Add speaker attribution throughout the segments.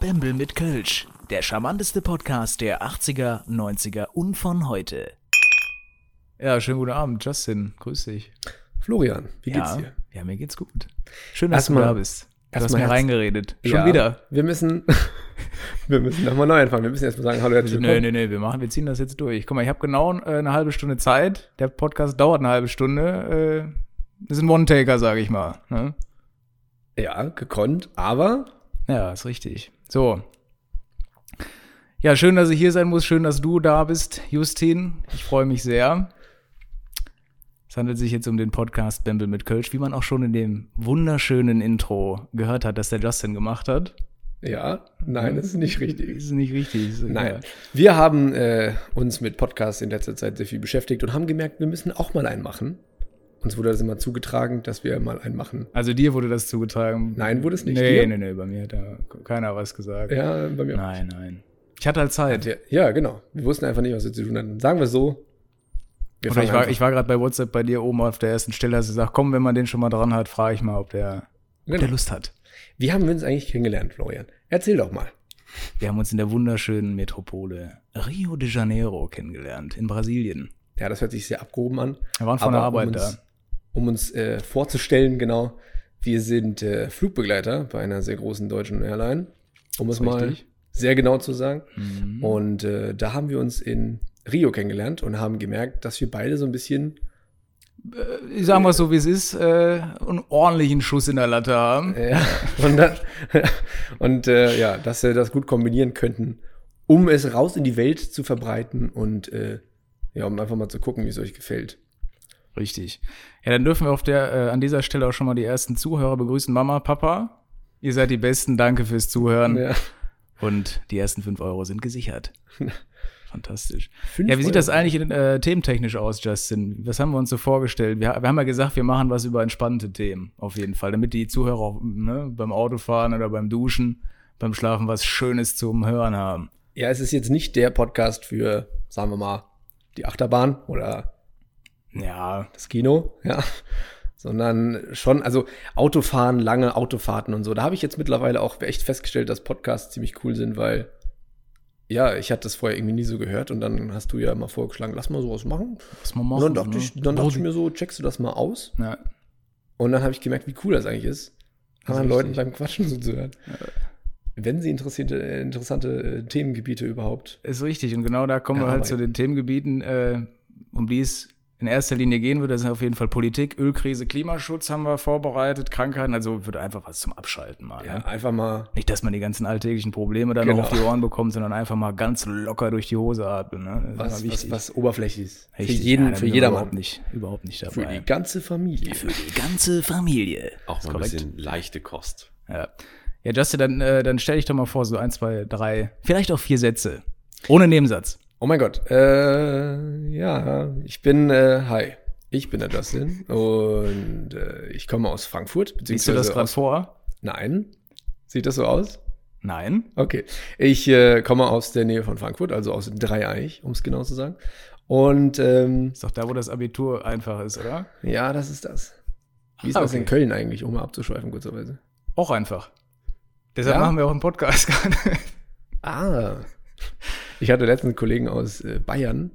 Speaker 1: Bembel mit Kölsch. Der charmanteste Podcast der 80er, 90er und von heute. Ja, schönen guten Abend, Justin. Grüß dich.
Speaker 2: Florian, wie
Speaker 1: ja,
Speaker 2: geht's dir?
Speaker 1: Ja, mir geht's gut. Schön, dass
Speaker 2: Erstmal-
Speaker 1: du da bist. Du hast
Speaker 2: erstmal
Speaker 1: mir
Speaker 2: herz-
Speaker 1: reingeredet. Schon
Speaker 2: ja,
Speaker 1: wieder.
Speaker 2: Wir müssen, wir müssen nochmal neu anfangen. Wir müssen erstmal sagen, hallo, herzlich
Speaker 1: Nö,
Speaker 2: willkommen.
Speaker 1: nö, nö, wir machen, wir ziehen das jetzt durch. Guck mal, ich habe genau äh, eine halbe Stunde Zeit. Der Podcast dauert eine halbe Stunde. Äh, ist ein One-Taker, sage ich mal. Ne?
Speaker 2: Ja, gekonnt, aber
Speaker 1: Ja, ist richtig. So. Ja, schön, dass ich hier sein muss. Schön, dass du da bist, Justin. Ich freue mich sehr. Es handelt sich jetzt um den Podcast Bembel mit Kölsch, wie man auch schon in dem wunderschönen Intro gehört hat, das der Justin gemacht hat.
Speaker 2: ja, nein, das ist nicht richtig.
Speaker 1: Ist nicht richtig. Ist-
Speaker 2: Nein. Wir haben äh, uns mit Podcasts in letzter Zeit sehr viel beschäftigt und haben gemerkt, wir müssen auch mal einen machen. Uns wurde das immer zugetragen, dass wir mal einen machen.
Speaker 1: Also dir wurde das zugetragen.
Speaker 2: Nein, wurde es nicht
Speaker 1: Nee,
Speaker 2: dir?
Speaker 1: nee, nee, bei mir hat da keiner was gesagt.
Speaker 2: Ja, bei mir. auch.
Speaker 1: Nein, nein. Ich hatte halt Zeit.
Speaker 2: Ja, ja, genau. Wir wussten einfach nicht, was wir zu tun hatten. Sagen wir es so. Wir
Speaker 1: Oder
Speaker 2: fangen
Speaker 1: ich war,
Speaker 2: einfach-
Speaker 1: ich war gerade bei WhatsApp bei dir oben auf der ersten Stelle, hast du gesagt, komm, wenn man den schon mal dran hat, frage ich mal, ob der, ob der
Speaker 2: genau.
Speaker 1: Lust hat.
Speaker 2: Wie haben wir uns eigentlich kennengelernt, Florian? Erzähl doch mal.
Speaker 1: Wir haben uns in der wunderschönen Metropole Rio de Janeiro kennengelernt, in Brasilien.
Speaker 2: Ja, das hört sich sehr abgehoben an.
Speaker 1: Wir waren von der
Speaker 2: Aber
Speaker 1: Arbeit
Speaker 2: um uns,
Speaker 1: da.
Speaker 2: Um uns äh, vorzustellen, genau, wir sind äh, Flugbegleiter bei einer sehr großen deutschen Airline, um es mal
Speaker 1: richtig.
Speaker 2: sehr genau zu sagen.
Speaker 1: Mhm.
Speaker 2: Und äh, da haben wir uns in Rio kennengelernt und haben gemerkt, dass wir beide so ein bisschen,
Speaker 1: Ich sag mal so, wie es ist, äh, einen ordentlichen Schuss in der Latte haben.
Speaker 2: äh, und, da, und äh, ja, dass wir das gut kombinieren könnten, um es raus in die Welt zu verbreiten und äh, ja, um einfach mal zu gucken, wie es euch gefällt.
Speaker 1: Richtig. Ja, dann dürfen wir auf der, äh, an dieser Stelle auch schon mal die ersten Zuhörer begrüßen. Mama, Papa, ihr seid die Besten, danke fürs Zuhören.
Speaker 2: Ja.
Speaker 1: Und die ersten fünf Euro sind gesichert. Fantastisch.
Speaker 2: Fünf
Speaker 1: ja, wie sieht das
Speaker 2: Euro.
Speaker 1: eigentlich in, äh, thementechnisch aus, Justin? Was haben wir uns so vorgestellt? Wir, wir haben ja gesagt, wir machen was über entspannte Themen, auf jeden Fall, damit die Zuhörer auch, ne, beim Autofahren oder beim Duschen, beim Schlafen was Schönes zum Hören haben.
Speaker 2: Ja, es ist jetzt nicht der Podcast für, sagen wir mal, die Achterbahn oder
Speaker 1: Ja,
Speaker 2: das Kino, ja, sondern schon, also Autofahren, lange Autofahrten und so. Da habe ich jetzt mittlerweile auch echt festgestellt, dass Podcasts ziemlich cool sind, weil ja, ich hatte das vorher irgendwie nie so gehört und dann hast du ja mal vorgeschlagen, lass mal sowas machen.
Speaker 1: was man
Speaker 2: Und
Speaker 1: machen.
Speaker 2: dann dachte,
Speaker 1: ne?
Speaker 2: ich, dann dachte ich
Speaker 1: Oh,
Speaker 2: mir so, checkst du das mal aus?
Speaker 1: Ja,
Speaker 2: Und dann habe ich gemerkt, wie cool das eigentlich ist,
Speaker 1: Das ist
Speaker 2: anderen Leuten
Speaker 1: richtig.
Speaker 2: beim Quatschen so zu hören. Wenn sie interessierte, äh, interessante äh, Themengebiete überhaupt.
Speaker 1: ist richtig. Und genau da kommen
Speaker 2: Ja,
Speaker 1: wir halt
Speaker 2: aber-
Speaker 1: zu den Themengebieten, äh, um die es in erster Linie gehen wird. Das ist auf jeden Fall Politik, Ölkrise, Klimaschutz haben wir vorbereitet, Krankheiten. Also wird einfach was zum Abschalten mal.
Speaker 2: Ja,
Speaker 1: Ne?
Speaker 2: einfach mal
Speaker 1: Nicht, dass man die ganzen alltäglichen Probleme dann
Speaker 2: Genau.
Speaker 1: noch auf die Ohren bekommt, sondern einfach mal ganz locker durch die Hose atmen. Ne? Das ist
Speaker 2: was,
Speaker 1: immer
Speaker 2: was,
Speaker 1: wichtig.
Speaker 2: was Oberflächliches.
Speaker 1: Richtig,
Speaker 2: für
Speaker 1: ja,
Speaker 2: jeden,
Speaker 1: da
Speaker 2: für
Speaker 1: bin ich
Speaker 2: jedermann.
Speaker 1: Überhaupt nicht, überhaupt nicht
Speaker 2: Für die
Speaker 1: dabei.
Speaker 2: ganze Familie.
Speaker 1: Für die ganze Familie.
Speaker 3: Auch
Speaker 1: Ist
Speaker 3: mal ein
Speaker 1: korrekt.
Speaker 3: bisschen leichte Kost.
Speaker 1: Ja, ja Justin, dann, äh, dann stell dich doch mal vor, so ein, zwei, drei, vielleicht auch vier Sätze. Ohne Nebensatz.
Speaker 2: Oh mein Gott. Äh, ja, ich bin, äh, hi. Ich bin der Justin und äh, ich komme aus Frankfurt.
Speaker 1: Siehst du das
Speaker 2: beziehungsweise
Speaker 1: gerade vor?
Speaker 2: aus- Nein. Sieht das so aus?
Speaker 1: Nein.
Speaker 2: Okay. Ich äh, komme aus der Nähe von Frankfurt, also aus Dreieich, um es genau zu sagen. Und ähm,
Speaker 1: Ist doch da, wo das Abitur einfach ist, oder?
Speaker 2: ja, das ist das. Wie ist
Speaker 1: Ah,
Speaker 2: das in
Speaker 1: okay.
Speaker 2: Köln eigentlich, um mal abzuschweifen, kurzerweise?
Speaker 1: Auch einfach. Deshalb
Speaker 2: Ja?
Speaker 1: machen wir auch einen Podcast gerade.
Speaker 2: Ah. Ich hatte letztens einen Kollegen aus äh, Bayern,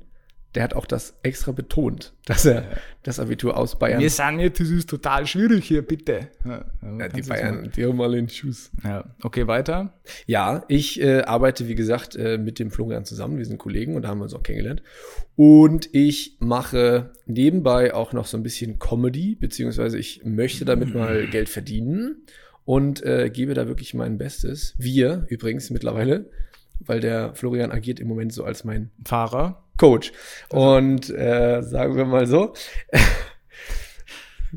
Speaker 2: der hat auch das extra betont, dass er das Abitur aus Bayern.
Speaker 1: Wir sind jetzt, das ist total schwierig hier, bitte. Ja,
Speaker 2: Ja, die
Speaker 1: kannst du das machen.
Speaker 2: Bayern, die haben alle den Schuss.
Speaker 1: Ja, okay, weiter.
Speaker 2: Ja, ich äh, arbeite, wie gesagt, äh, mit dem Florian zusammen. Wir sind Kollegen und da haben wir uns auch kennengelernt. Und ich mache nebenbei auch noch so ein bisschen Comedy, beziehungsweise ich möchte damit mal Geld verdienen und äh, gebe da wirklich mein Bestes. Wir übrigens mittlerweile, weil der Florian agiert im Moment so als mein
Speaker 1: Fahrer.
Speaker 2: Coach. Und äh, sagen wir mal so,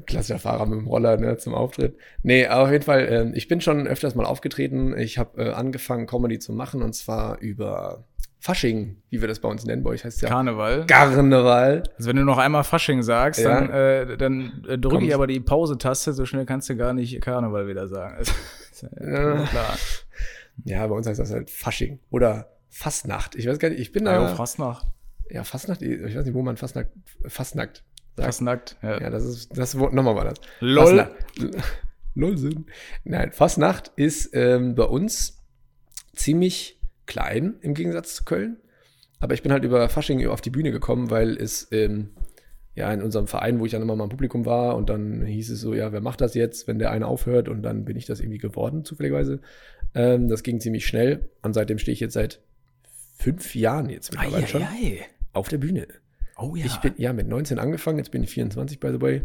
Speaker 2: klassischer Fahrer mit dem Roller ne, zum Auftritt. Nee, aber auf jeden Fall, ähm, ich bin schon öfters mal aufgetreten. Ich habe äh, angefangen, Comedy zu machen und zwar über Fasching, wie wir das bei uns nennen. Bei euch heißt es ja
Speaker 1: Karneval.
Speaker 2: Karneval.
Speaker 1: Also wenn du noch einmal Fasching sagst,
Speaker 2: Ja.
Speaker 1: dann, äh, dann äh, drücke ich
Speaker 2: Kommst-
Speaker 1: aber die Pause-Taste, so schnell kannst du gar nicht Karneval wieder sagen. Also, ist ja
Speaker 2: Ja.
Speaker 1: klar.
Speaker 2: Äh, Ja, bei uns heißt das halt Fasching oder Fastnacht. Ich weiß gar nicht, ich bin
Speaker 1: Ja,
Speaker 2: da.
Speaker 1: ja, Fastnacht.
Speaker 2: ja, Fastnacht, ich weiß nicht, wo man Fastnacht, Fastnacht sagt.
Speaker 1: Fastnacht. Ja.
Speaker 2: Ja, das ist, das, wo- nochmal war das.
Speaker 1: LOL.
Speaker 2: Fastnacht. Lol Sinn. Nein, Fastnacht ist ähm, bei uns ziemlich klein im Gegensatz zu Köln. Aber ich bin halt über Fasching auf die Bühne gekommen, weil es ähm, ja in unserem Verein, wo ich dann immer mal im Publikum war und dann hieß es so, ja, wer macht das jetzt, wenn der eine aufhört und dann bin ich das irgendwie geworden, zufälligerweise. Ähm, das ging ziemlich schnell und seitdem stehe ich jetzt seit fünf Jahren jetzt mittlerweile schon
Speaker 1: Eieiei.
Speaker 2: auf der Bühne.
Speaker 1: Oh ja.
Speaker 2: Ich bin ja mit 19 angefangen, jetzt bin ich 24 by the way.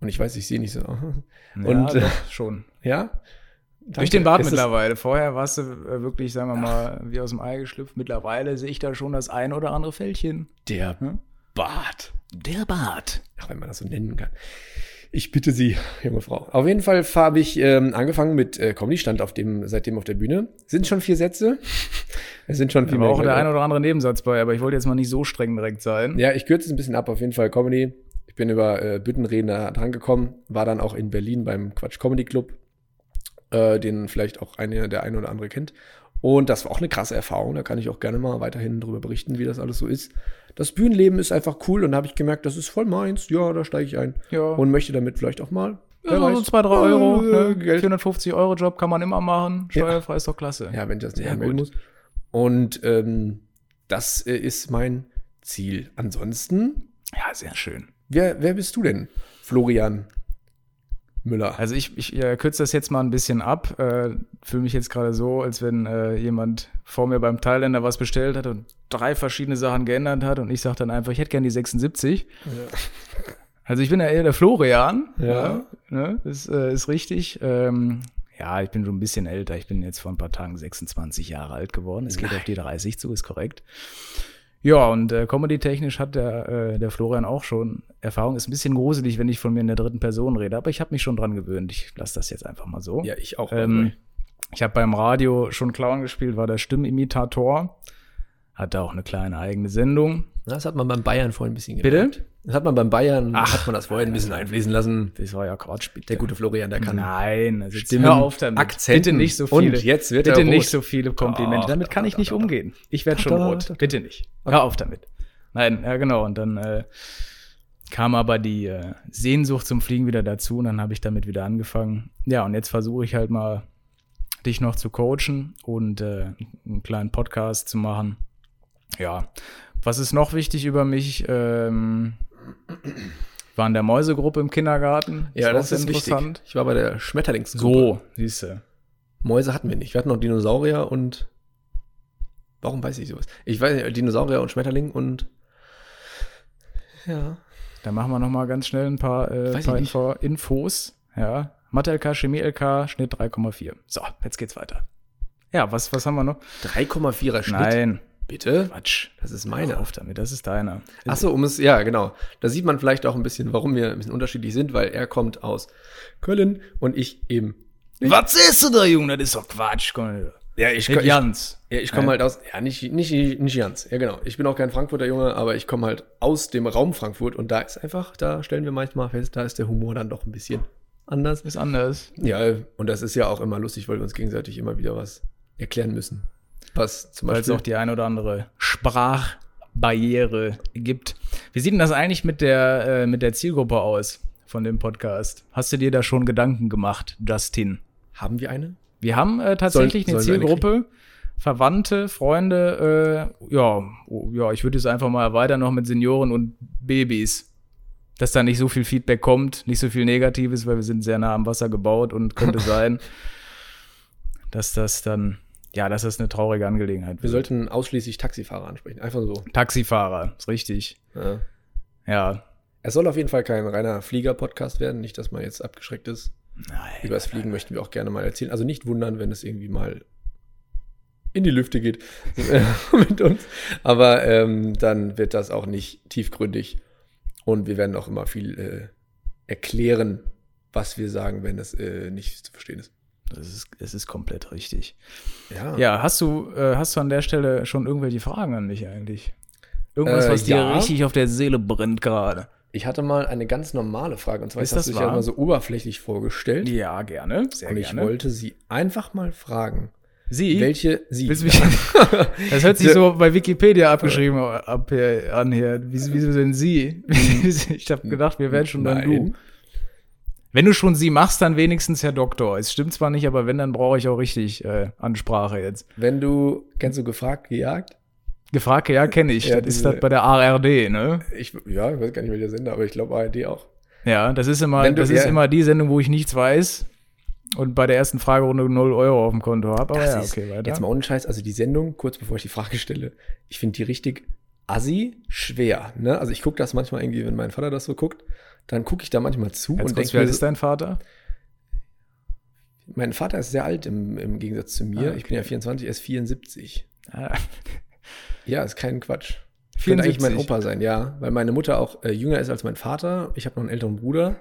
Speaker 2: Und ich weiß, ich sehe nicht so. aha.
Speaker 1: ja,
Speaker 2: und, äh,
Speaker 1: doch, schon.
Speaker 2: Ja?
Speaker 1: Durch den Bart
Speaker 2: Ist das-
Speaker 1: mittlerweile. Vorher warst du äh, wirklich, sagen wir mal, wie aus dem Ei geschlüpft. Mittlerweile sehe ich da schon das ein oder andere Fältchen.
Speaker 2: Der
Speaker 1: Hm?
Speaker 2: Bart.
Speaker 1: Der Bart.
Speaker 2: Ach, wenn man das so nennen kann. Ich bitte Sie, junge Frau. Auf jeden Fall habe ich ähm, angefangen mit äh, Comedy, stand auf dem, seitdem auf der Bühne. Sind schon vier Sätze. Es sind schon
Speaker 1: Da
Speaker 2: viel
Speaker 1: war auch der ein
Speaker 2: mehr.
Speaker 1: oder andere Nebensatz bei, aber ich wollte jetzt mal nicht so streng direkt sein.
Speaker 2: Ja, ich kürze es ein bisschen ab, auf jeden Fall Comedy. Ich bin über äh, Büttenredner drangekommen, war dann auch in Berlin beim Quatsch Comedy Club, äh, den vielleicht auch eine, der eine oder andere kennt. Und das war auch eine krasse Erfahrung. Da kann ich auch gerne mal weiterhin darüber berichten, wie das alles so ist. Das Bühnenleben ist einfach cool und da habe ich gemerkt, das ist voll meins. Ja, da steige ich ein.
Speaker 1: Ja.
Speaker 2: und möchte damit vielleicht auch mal.
Speaker 1: Ja,
Speaker 2: wer
Speaker 1: so
Speaker 2: weiß,
Speaker 1: so zwei, drei Euro,
Speaker 2: äh,
Speaker 1: ne?
Speaker 2: Geld.
Speaker 1: 450 Euro Job kann man immer machen. Steuerfrei ist doch klasse.
Speaker 2: Ja, wenn ich das nicht
Speaker 1: Ja,
Speaker 2: anmelden muss.
Speaker 1: gut.
Speaker 2: Und ähm, das äh, ist mein Ziel. Ansonsten,
Speaker 1: Ja, sehr schön.
Speaker 2: wer, wer bist du denn? Florian Müller.
Speaker 1: Also ich, ich äh, kürze das jetzt mal ein bisschen ab. Äh, Fühle mich jetzt gerade so, als wenn äh, jemand vor mir beim Thailänder was bestellt hat und drei verschiedene Sachen geändert hat und ich sage dann einfach, ich hätte gern die 76. Also ich bin ja eher der Florian.
Speaker 2: Ja.
Speaker 1: ne? Ist, äh, ist richtig. Ähm, ja, ich bin schon ein bisschen älter. Ich bin jetzt vor ein paar Tagen 26 Jahre alt geworden. Es geht auf die 30 zu, ist korrekt. Ja, und äh, comedy-technisch hat der, äh, der Florian auch schon Erfahrung. Ist ein bisschen gruselig, wenn ich von mir in der dritten Person rede, aber ich habe mich schon dran gewöhnt. Ich lasse das jetzt einfach mal so.
Speaker 2: Ja, ich auch.
Speaker 1: Ähm, ich habe beim Radio schon Clown gespielt, war der Stimmimitator. Hatte auch eine kleine eigene Sendung.
Speaker 2: das hat man beim Bayern vorhin ein bisschen
Speaker 1: Bitte?
Speaker 2: Das hat man beim Bayern, hat man das vorhin ein bisschen einfließen lassen.
Speaker 1: Das war ja Quatsch, bitte.
Speaker 2: Der gute Florian, der kann.
Speaker 1: Nein, also jetzt
Speaker 2: Stimmen,
Speaker 1: hör auf damit.
Speaker 2: Akzenten.
Speaker 1: Bitte nicht so
Speaker 2: Und
Speaker 1: viele.
Speaker 2: jetzt wird er
Speaker 1: bitte
Speaker 2: rot.
Speaker 1: nicht so viele Komplimente.
Speaker 2: Doch,
Speaker 1: damit kann
Speaker 2: doch,
Speaker 1: ich
Speaker 2: doch,
Speaker 1: nicht
Speaker 2: doch,
Speaker 1: umgehen. Ich werde
Speaker 2: Doch,
Speaker 1: schon
Speaker 2: doch,
Speaker 1: rot.
Speaker 2: doch,
Speaker 1: bitte nicht. Hör auf damit. Nein, ja genau. Und dann äh, kam aber die äh, Sehnsucht zum Fliegen wieder dazu und dann habe ich damit wieder angefangen. Ja, und jetzt versuche ich halt mal dich noch zu coachen und äh, einen kleinen Podcast zu machen. Ja. Was ist noch wichtig über mich? Ähm, war in der Mäusegruppe im Kindergarten.
Speaker 2: Ja,
Speaker 1: auch
Speaker 2: das
Speaker 1: sehr
Speaker 2: ist wichtig. Ich war bei der Schmetterlingsgruppe.
Speaker 1: so, siehst du.
Speaker 2: Mäuse hatten wir nicht. Wir hatten noch Dinosaurier und. Warum weiß ich sowas? Ich weiß nicht, Dinosaurier und Schmetterling und. Ja.
Speaker 1: Dann machen wir noch mal ganz schnell ein paar, äh,
Speaker 2: Weiß
Speaker 1: paar
Speaker 2: ich nicht.
Speaker 1: Info Infos. Ja. Mathe LK, Chemie LK, Schnitt 3,4. So, jetzt geht's weiter. Ja, was, was haben wir noch?
Speaker 2: 3,4er Schnitt.
Speaker 1: Nein,
Speaker 2: Bitte?
Speaker 1: Quatsch.
Speaker 2: Das ist
Speaker 1: Hör
Speaker 2: meine.
Speaker 1: auf damit, das ist deiner.
Speaker 2: Achso, um es. Ja, genau. Da sieht man vielleicht auch ein bisschen, warum wir ein bisschen unterschiedlich sind, weil er kommt aus Köln und ich eben.
Speaker 1: Was ist du da, Junge? Das ist doch Quatsch. Komm,
Speaker 2: Ja, ich,
Speaker 1: ich,
Speaker 2: ich, ja,
Speaker 1: Jans.
Speaker 2: ich komme halt aus. Ja, nicht, nicht, nicht ganz. Ja, genau. Ich bin auch kein Frankfurter Junge, aber ich komme halt aus dem Raum Frankfurt und da ist einfach, da stellen wir manchmal fest, da ist der Humor dann doch ein bisschen anders.
Speaker 1: Ist anders.
Speaker 2: Ja, und das ist ja auch immer lustig, weil wir uns gegenseitig immer wieder was erklären müssen. Was zum
Speaker 1: Weil es
Speaker 2: Beispiel
Speaker 1: auch die ein oder andere Sprachbarriere gibt. Wie sieht denn das eigentlich mit der, äh, mit der Zielgruppe aus von dem Podcast? Hast du dir da schon Gedanken gemacht, Justin?
Speaker 2: haben wir eine?
Speaker 1: Wir haben äh, tatsächlich
Speaker 2: Sollen-
Speaker 1: eine
Speaker 2: sollen wir eine
Speaker 1: Zielgruppe, Verwandte, Freunde, äh, ja, oh, ja, ich würde es einfach mal erweitern noch mit Senioren und Babys. Dass da nicht so viel Feedback kommt, nicht so viel Negatives, weil wir sind sehr nah am Wasser gebaut und könnte sein, dass das dann, ja, dass das eine traurige Angelegenheit
Speaker 2: Wir
Speaker 1: wird.
Speaker 2: sollten ausschließlich Taxifahrer ansprechen. Einfach so.
Speaker 1: Taxifahrer, ist richtig.
Speaker 2: Ja.
Speaker 1: Ja.
Speaker 2: Es soll auf jeden Fall kein reiner Flieger-Podcast werden. Nicht, dass man jetzt abgeschreckt ist.
Speaker 1: Nein.
Speaker 2: Über das Fliegen möchten wir auch gerne mal erzählen. Also nicht wundern, wenn es irgendwie mal in die Lüfte geht mit uns. Aber ähm, dann wird das auch nicht tiefgründig. Und wir werden auch immer viel äh, erklären, was wir sagen, wenn das äh, nicht zu verstehen ist.
Speaker 1: Das ist, das ist komplett richtig. Ja, hast du, äh, hast du an der Stelle schon irgendwelche Fragen an mich eigentlich? Irgendwas,
Speaker 2: Äh,
Speaker 1: was dir
Speaker 2: ja.
Speaker 1: richtig auf der Seele brennt gerade?
Speaker 2: Ich hatte mal eine ganz normale Frage und zwar
Speaker 1: Ist
Speaker 2: hast
Speaker 1: das
Speaker 2: du dich
Speaker 1: wahr?
Speaker 2: ja immer so oberflächlich vorgestellt
Speaker 1: Ja, gerne. Sehr
Speaker 2: und ich
Speaker 1: gerne.
Speaker 2: wollte sie einfach mal fragen,
Speaker 1: Sie?
Speaker 2: welche sie.
Speaker 1: Willst du mich, das hört sich so bei Wikipedia abgeschrieben äh, ab hier, Hm. an hier. Wieso, wieso denn Sie? ich habe gedacht, wir wären schon dann
Speaker 2: Nein.
Speaker 1: Du. Wenn du schon sie machst, dann wenigstens Herr Doktor. Es stimmt zwar nicht, aber wenn, dann brauche ich auch richtig äh, Ansprache jetzt.
Speaker 2: Wenn du, kennst du gefragt, gejagt?
Speaker 1: Gefragt, ja, kenne ich.
Speaker 2: Ja,
Speaker 1: das ist
Speaker 2: diese-
Speaker 1: das bei der ARD, ne?
Speaker 2: Ich, ja, ich weiß gar nicht, welcher Sender, aber ich glaube ARD auch.
Speaker 1: Ja, das ist immer,
Speaker 2: Wenn du-
Speaker 1: das ist
Speaker 2: ja.
Speaker 1: immer die Sendung, wo ich nichts weiß und bei der ersten Fragerunde 0 Euro auf dem Konto habe. Aber
Speaker 2: Das
Speaker 1: Ah ja,
Speaker 2: ist-
Speaker 1: okay, weiter.
Speaker 2: Jetzt mal ohne Scheiß, also die Sendung, kurz bevor ich die Frage stelle, ich finde die richtig assi schwer. Ne? Also ich gucke das manchmal irgendwie, wenn mein Vater das so guckt, dann gucke ich da manchmal zu
Speaker 1: Ganz
Speaker 2: und
Speaker 1: kurz,
Speaker 2: denke
Speaker 1: wer
Speaker 2: mir,
Speaker 1: ist dein Vater?
Speaker 2: mein Vater ist sehr alt im, im Gegensatz zu mir.
Speaker 1: Ah,
Speaker 2: Ich bin ja 24, er ist 74.
Speaker 1: Ah,
Speaker 2: Ja, ist kein Quatsch. Könnte eigentlich mein
Speaker 1: 74.
Speaker 2: Opa sein, ja. Weil meine Mutter auch äh, jünger ist als mein Vater. Ich habe noch einen älteren Bruder.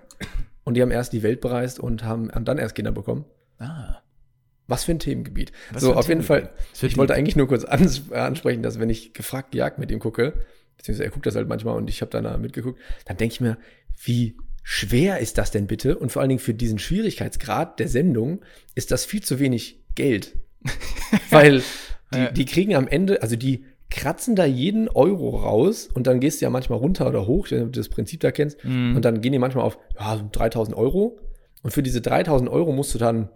Speaker 2: Und die haben erst die Welt bereist und haben, haben dann erst Kinder bekommen.
Speaker 1: Ah,
Speaker 2: Was für ein Themengebiet.
Speaker 1: Was
Speaker 2: so,
Speaker 1: für ein
Speaker 2: auf jeden Fall,
Speaker 1: Themengebiet. Es wird
Speaker 2: ich wollte
Speaker 1: die-
Speaker 2: eigentlich nur kurz ans äh, ansprechen, dass wenn ich gefragt gejagt mit ihm gucke, beziehungsweise er guckt das halt manchmal und ich habe da mitgeguckt, dann denke ich mir, wie schwer ist das denn bitte? Und vor allen Dingen für diesen Schwierigkeitsgrad der Sendung ist das viel zu wenig Geld. Weil
Speaker 1: Ja.
Speaker 2: die, die kriegen am Ende, also die kratzen da jeden Euro raus und dann gehst du ja manchmal runter oder hoch, wenn du das Prinzip da kennst.
Speaker 1: Mhm.
Speaker 2: Und dann gehen die manchmal auf ja, so 3000 Euro. Und für diese 3000 Euro musst du dann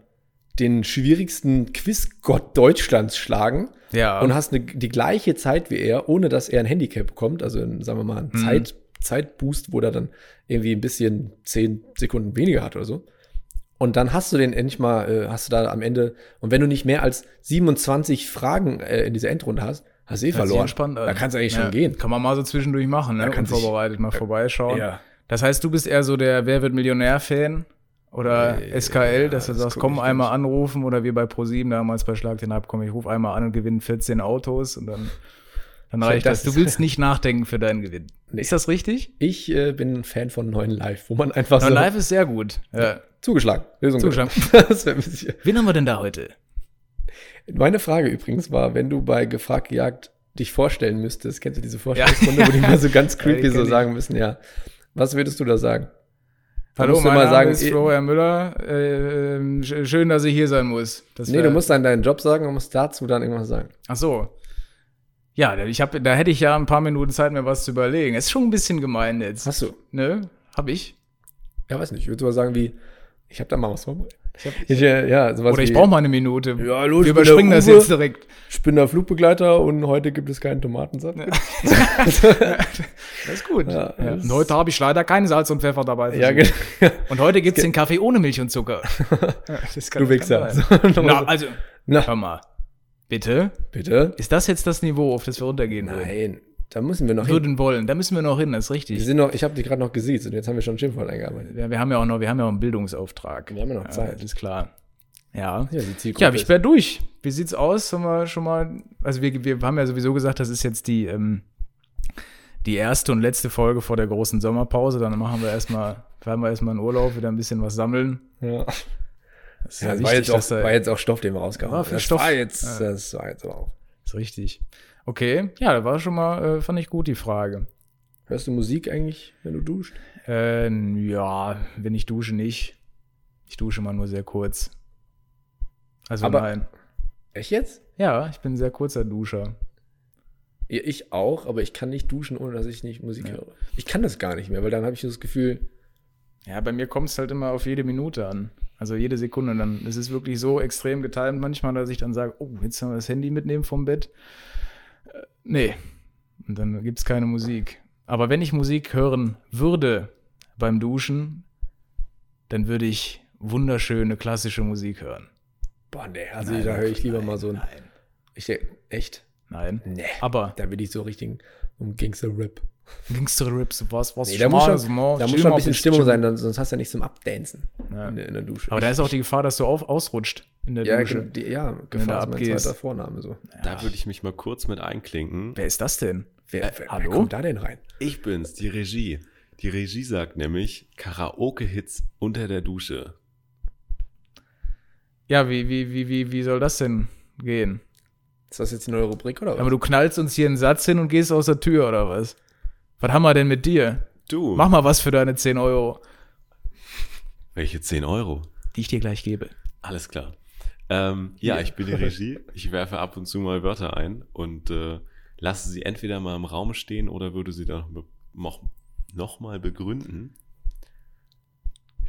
Speaker 2: den schwierigsten Quizgott Deutschlands schlagen
Speaker 1: ja.
Speaker 2: und hast eine, die gleiche Zeit wie er, ohne dass er ein Handicap bekommt. Also, ein, sagen wir mal,
Speaker 1: Hm.
Speaker 2: einen Zeit, Zeitboost, wo er dann irgendwie ein bisschen 10 Sekunden weniger hat oder so. Und dann hast du den endlich mal, äh, hast du da am Ende, und wenn du nicht mehr als 27 Fragen äh, in dieser Endrunde hast, hast du eh
Speaker 1: Hört sich
Speaker 2: verloren.
Speaker 1: entspannt an.
Speaker 2: da kannst du eigentlich
Speaker 1: ja.
Speaker 2: schon gehen.
Speaker 1: Kann man mal so zwischendurch machen, ne?
Speaker 2: Da kann sich-
Speaker 1: Unvorbereitet mal vorbeischauen.
Speaker 2: ja.
Speaker 1: Das heißt, du bist eher so der Wer wird Millionär-Fan oder
Speaker 2: Nee,
Speaker 1: SKL, dass du
Speaker 2: das
Speaker 1: sagst,
Speaker 2: guck
Speaker 1: komm
Speaker 2: ich
Speaker 1: einmal
Speaker 2: nicht.
Speaker 1: anrufen oder wir bei ProSieben damals bei Schlag den Ab, komm, ich ruf einmal an und gewinne 14 Autos und dann, dann
Speaker 2: Ja,
Speaker 1: reicht
Speaker 2: das
Speaker 1: das. Du
Speaker 2: ist-
Speaker 1: willst nicht nachdenken für deinen Gewinn.
Speaker 2: Nee.
Speaker 1: Ist das richtig?
Speaker 2: Ich äh, bin ein Fan von neuen Live, wo man einfach
Speaker 1: Also,
Speaker 2: so
Speaker 1: live ist sehr gut. Ja.
Speaker 2: zugeschlagen. Lösung
Speaker 1: Zugeschlagen.
Speaker 2: gehabt. das wär ein bisschen-
Speaker 1: Wen haben wir denn da heute?
Speaker 2: Meine Frage übrigens war, wenn du bei Gefragt gejagt dich vorstellen müsstest, kennst du diese Vorstellungsrunde, wo die mal so ganz
Speaker 1: die
Speaker 2: creepy so
Speaker 1: kenn ich.
Speaker 2: sagen müssen, ja. Was würdest du da sagen? Da
Speaker 1: Hallo,
Speaker 2: musst du
Speaker 1: mein
Speaker 2: mal
Speaker 1: Name
Speaker 2: sagen,
Speaker 1: ist
Speaker 2: eh-
Speaker 1: Florian Müller. Ähm, sch- schön, dass ich hier sein muss. Das
Speaker 2: Nee,
Speaker 1: wär-
Speaker 2: du musst dann deinen Job sagen und musst dazu dann irgendwas sagen.
Speaker 1: Ach so. Ja, ich hab, da hätte ich ja ein paar Minuten Zeit, mir was zu überlegen. Ist schon ein bisschen gemein jetzt.
Speaker 2: Hast du?
Speaker 1: Ne? Hab ich.
Speaker 2: Ja, weiß nicht. Ich würde sogar sagen wie, ich habe da mal was vorbereitet.
Speaker 1: Ich hab,
Speaker 2: Ich, äh, ja, sowas
Speaker 1: oder
Speaker 2: wie,
Speaker 1: ich brauche mal eine Minute.
Speaker 2: Ja, hallo,
Speaker 1: Wir
Speaker 2: ich bin der
Speaker 1: überspringen das
Speaker 2: Uwe.
Speaker 1: jetzt direkt.
Speaker 2: ich bin der Flugbegleiter und heute gibt es keinen Tomatensaft.
Speaker 1: Das ist gut.
Speaker 2: Ja,
Speaker 1: Ja,
Speaker 2: das-
Speaker 1: Und heute habe ich leider keinen Salz und Pfeffer dabei.
Speaker 2: ja, genau.
Speaker 1: Und heute gibt's den Kaffee ohne Milch und Zucker. Ja, das kann-
Speaker 2: Du Wichser.
Speaker 1: kann sein. Na, also,
Speaker 2: Na,
Speaker 1: hör mal. Bitte?
Speaker 2: bitte?
Speaker 1: Ist das jetzt das Niveau, auf das wir runtergehen würden?
Speaker 2: Nein, da müssen wir noch hin.
Speaker 1: würden wollen? Da müssen wir noch hin, das ist
Speaker 2: Wir
Speaker 1: richtig.
Speaker 2: sind noch, ich habe die gerade noch gesiezt und jetzt haben wir schon ein Schimpfwort eingearbeitet.
Speaker 1: Ja, wir haben ja auch noch, wir haben ja auch einen Bildungsauftrag.
Speaker 2: Wir haben ja noch Zeit.
Speaker 1: Das ist klar. Ja.
Speaker 2: Ja, die Zielgruppe
Speaker 1: Ja, ich
Speaker 2: ist-
Speaker 1: wäre durch. Wie sieht's aus? Haben wir schon mal, also wir, wir haben ja sowieso gesagt, das ist jetzt die, ähm, die erste und letzte Folge vor der großen Sommerpause. Dann machen wir erstmal, fahren wir erstmal in Urlaub, wieder ein bisschen was sammeln.
Speaker 2: Ja.
Speaker 1: Das ist
Speaker 2: Ja, das
Speaker 1: ja
Speaker 2: war,
Speaker 1: wichtig,
Speaker 2: jetzt auch,
Speaker 1: dass da-
Speaker 2: war jetzt auch Stoff, den wir rausgehauen
Speaker 1: Ja,
Speaker 2: haben.
Speaker 1: viel
Speaker 2: das
Speaker 1: Stoff.
Speaker 2: War jetzt,
Speaker 1: Ja.
Speaker 2: Das war jetzt aber auch.
Speaker 1: ist richtig. Okay, ja, da war schon mal, äh, fand ich gut die Frage.
Speaker 2: Hörst du Musik eigentlich, wenn du duscht?
Speaker 1: Ähm, ja, wenn ich dusche, nicht. Ich dusche mal nur sehr kurz. Also
Speaker 2: Aber-
Speaker 1: nein.
Speaker 2: Echt jetzt?
Speaker 1: Ja, ich bin ein sehr kurzer Duscher.
Speaker 2: Ja, ich auch, aber ich kann nicht duschen, ohne dass ich nicht Musik
Speaker 1: Ja.
Speaker 2: höre. Ich kann das gar nicht mehr, weil dann habe ich das Gefühl,
Speaker 1: Ja, bei mir kommt es halt immer auf jede Minute an. Also jede Sekunde. Und Dann, es ist wirklich so extrem getimt manchmal, dass ich dann sage, oh, jetzt haben wir das Handy mitnehmen vom Bett. Äh, nee. Und dann gibt es keine Musik. Aber wenn ich Musik hören würde beim Duschen, dann würde ich wunderschöne klassische Musik hören.
Speaker 2: boah, nee, also
Speaker 1: Nein,
Speaker 2: da höre ich lieber
Speaker 1: nein,
Speaker 2: mal so ein.
Speaker 1: Nein,
Speaker 2: Ich denk, echt?
Speaker 1: nein.
Speaker 2: Nee.
Speaker 1: Aber
Speaker 2: Da will ich so richtigen um Gangster-Rap.
Speaker 1: Gangster-Rips, was, was,
Speaker 2: Nee, da muss
Speaker 1: Schmales,
Speaker 2: schon,
Speaker 1: Mo,
Speaker 2: da muss
Speaker 1: chill
Speaker 2: schon
Speaker 1: mal
Speaker 2: ein bisschen
Speaker 1: bisschen,
Speaker 2: Stimmung
Speaker 1: chill.
Speaker 2: sein, dann, sonst hast du ja nichts zum Abdancen
Speaker 1: Ja.
Speaker 2: in, der- in der Dusche.
Speaker 1: Aber da ist auch die Gefahr, dass du auf, ausrutscht in der
Speaker 2: ja, genau.
Speaker 1: Dusche.
Speaker 2: ge- die, ja,
Speaker 1: du
Speaker 2: Gefahr ist mein
Speaker 1: abgehst.
Speaker 2: zweiter Vorname so.
Speaker 1: Ja.
Speaker 3: Da würde ich mich mal kurz mit einklinken.
Speaker 1: Wer ist das denn?
Speaker 2: Wer, wer, wer
Speaker 1: Äh, hallo?
Speaker 2: kommt da denn rein?
Speaker 3: Ich bin's, die Regie. Die Regie sagt nämlich Karaoke-Hits unter der Dusche.
Speaker 1: Ja, wie, wie, wie, wie, wie soll das denn gehen?
Speaker 2: Ist das jetzt eine neue Rubrik oder was?
Speaker 1: Aber du knallst uns hier einen Satz hin und gehst aus der Tür, oder was? Was haben wir denn mit dir?
Speaker 3: Du,
Speaker 1: Mach mal was für deine 10 Euro,
Speaker 3: welche 10 Euro?
Speaker 1: die ich dir gleich gebe.
Speaker 3: Alles klar. Ähm, ja, ich bin die Regie. Ich werfe ab und zu mal Wörter ein und äh, lasse sie entweder mal im Raum stehen oder würde sie dann be- noch, noch mal begründen.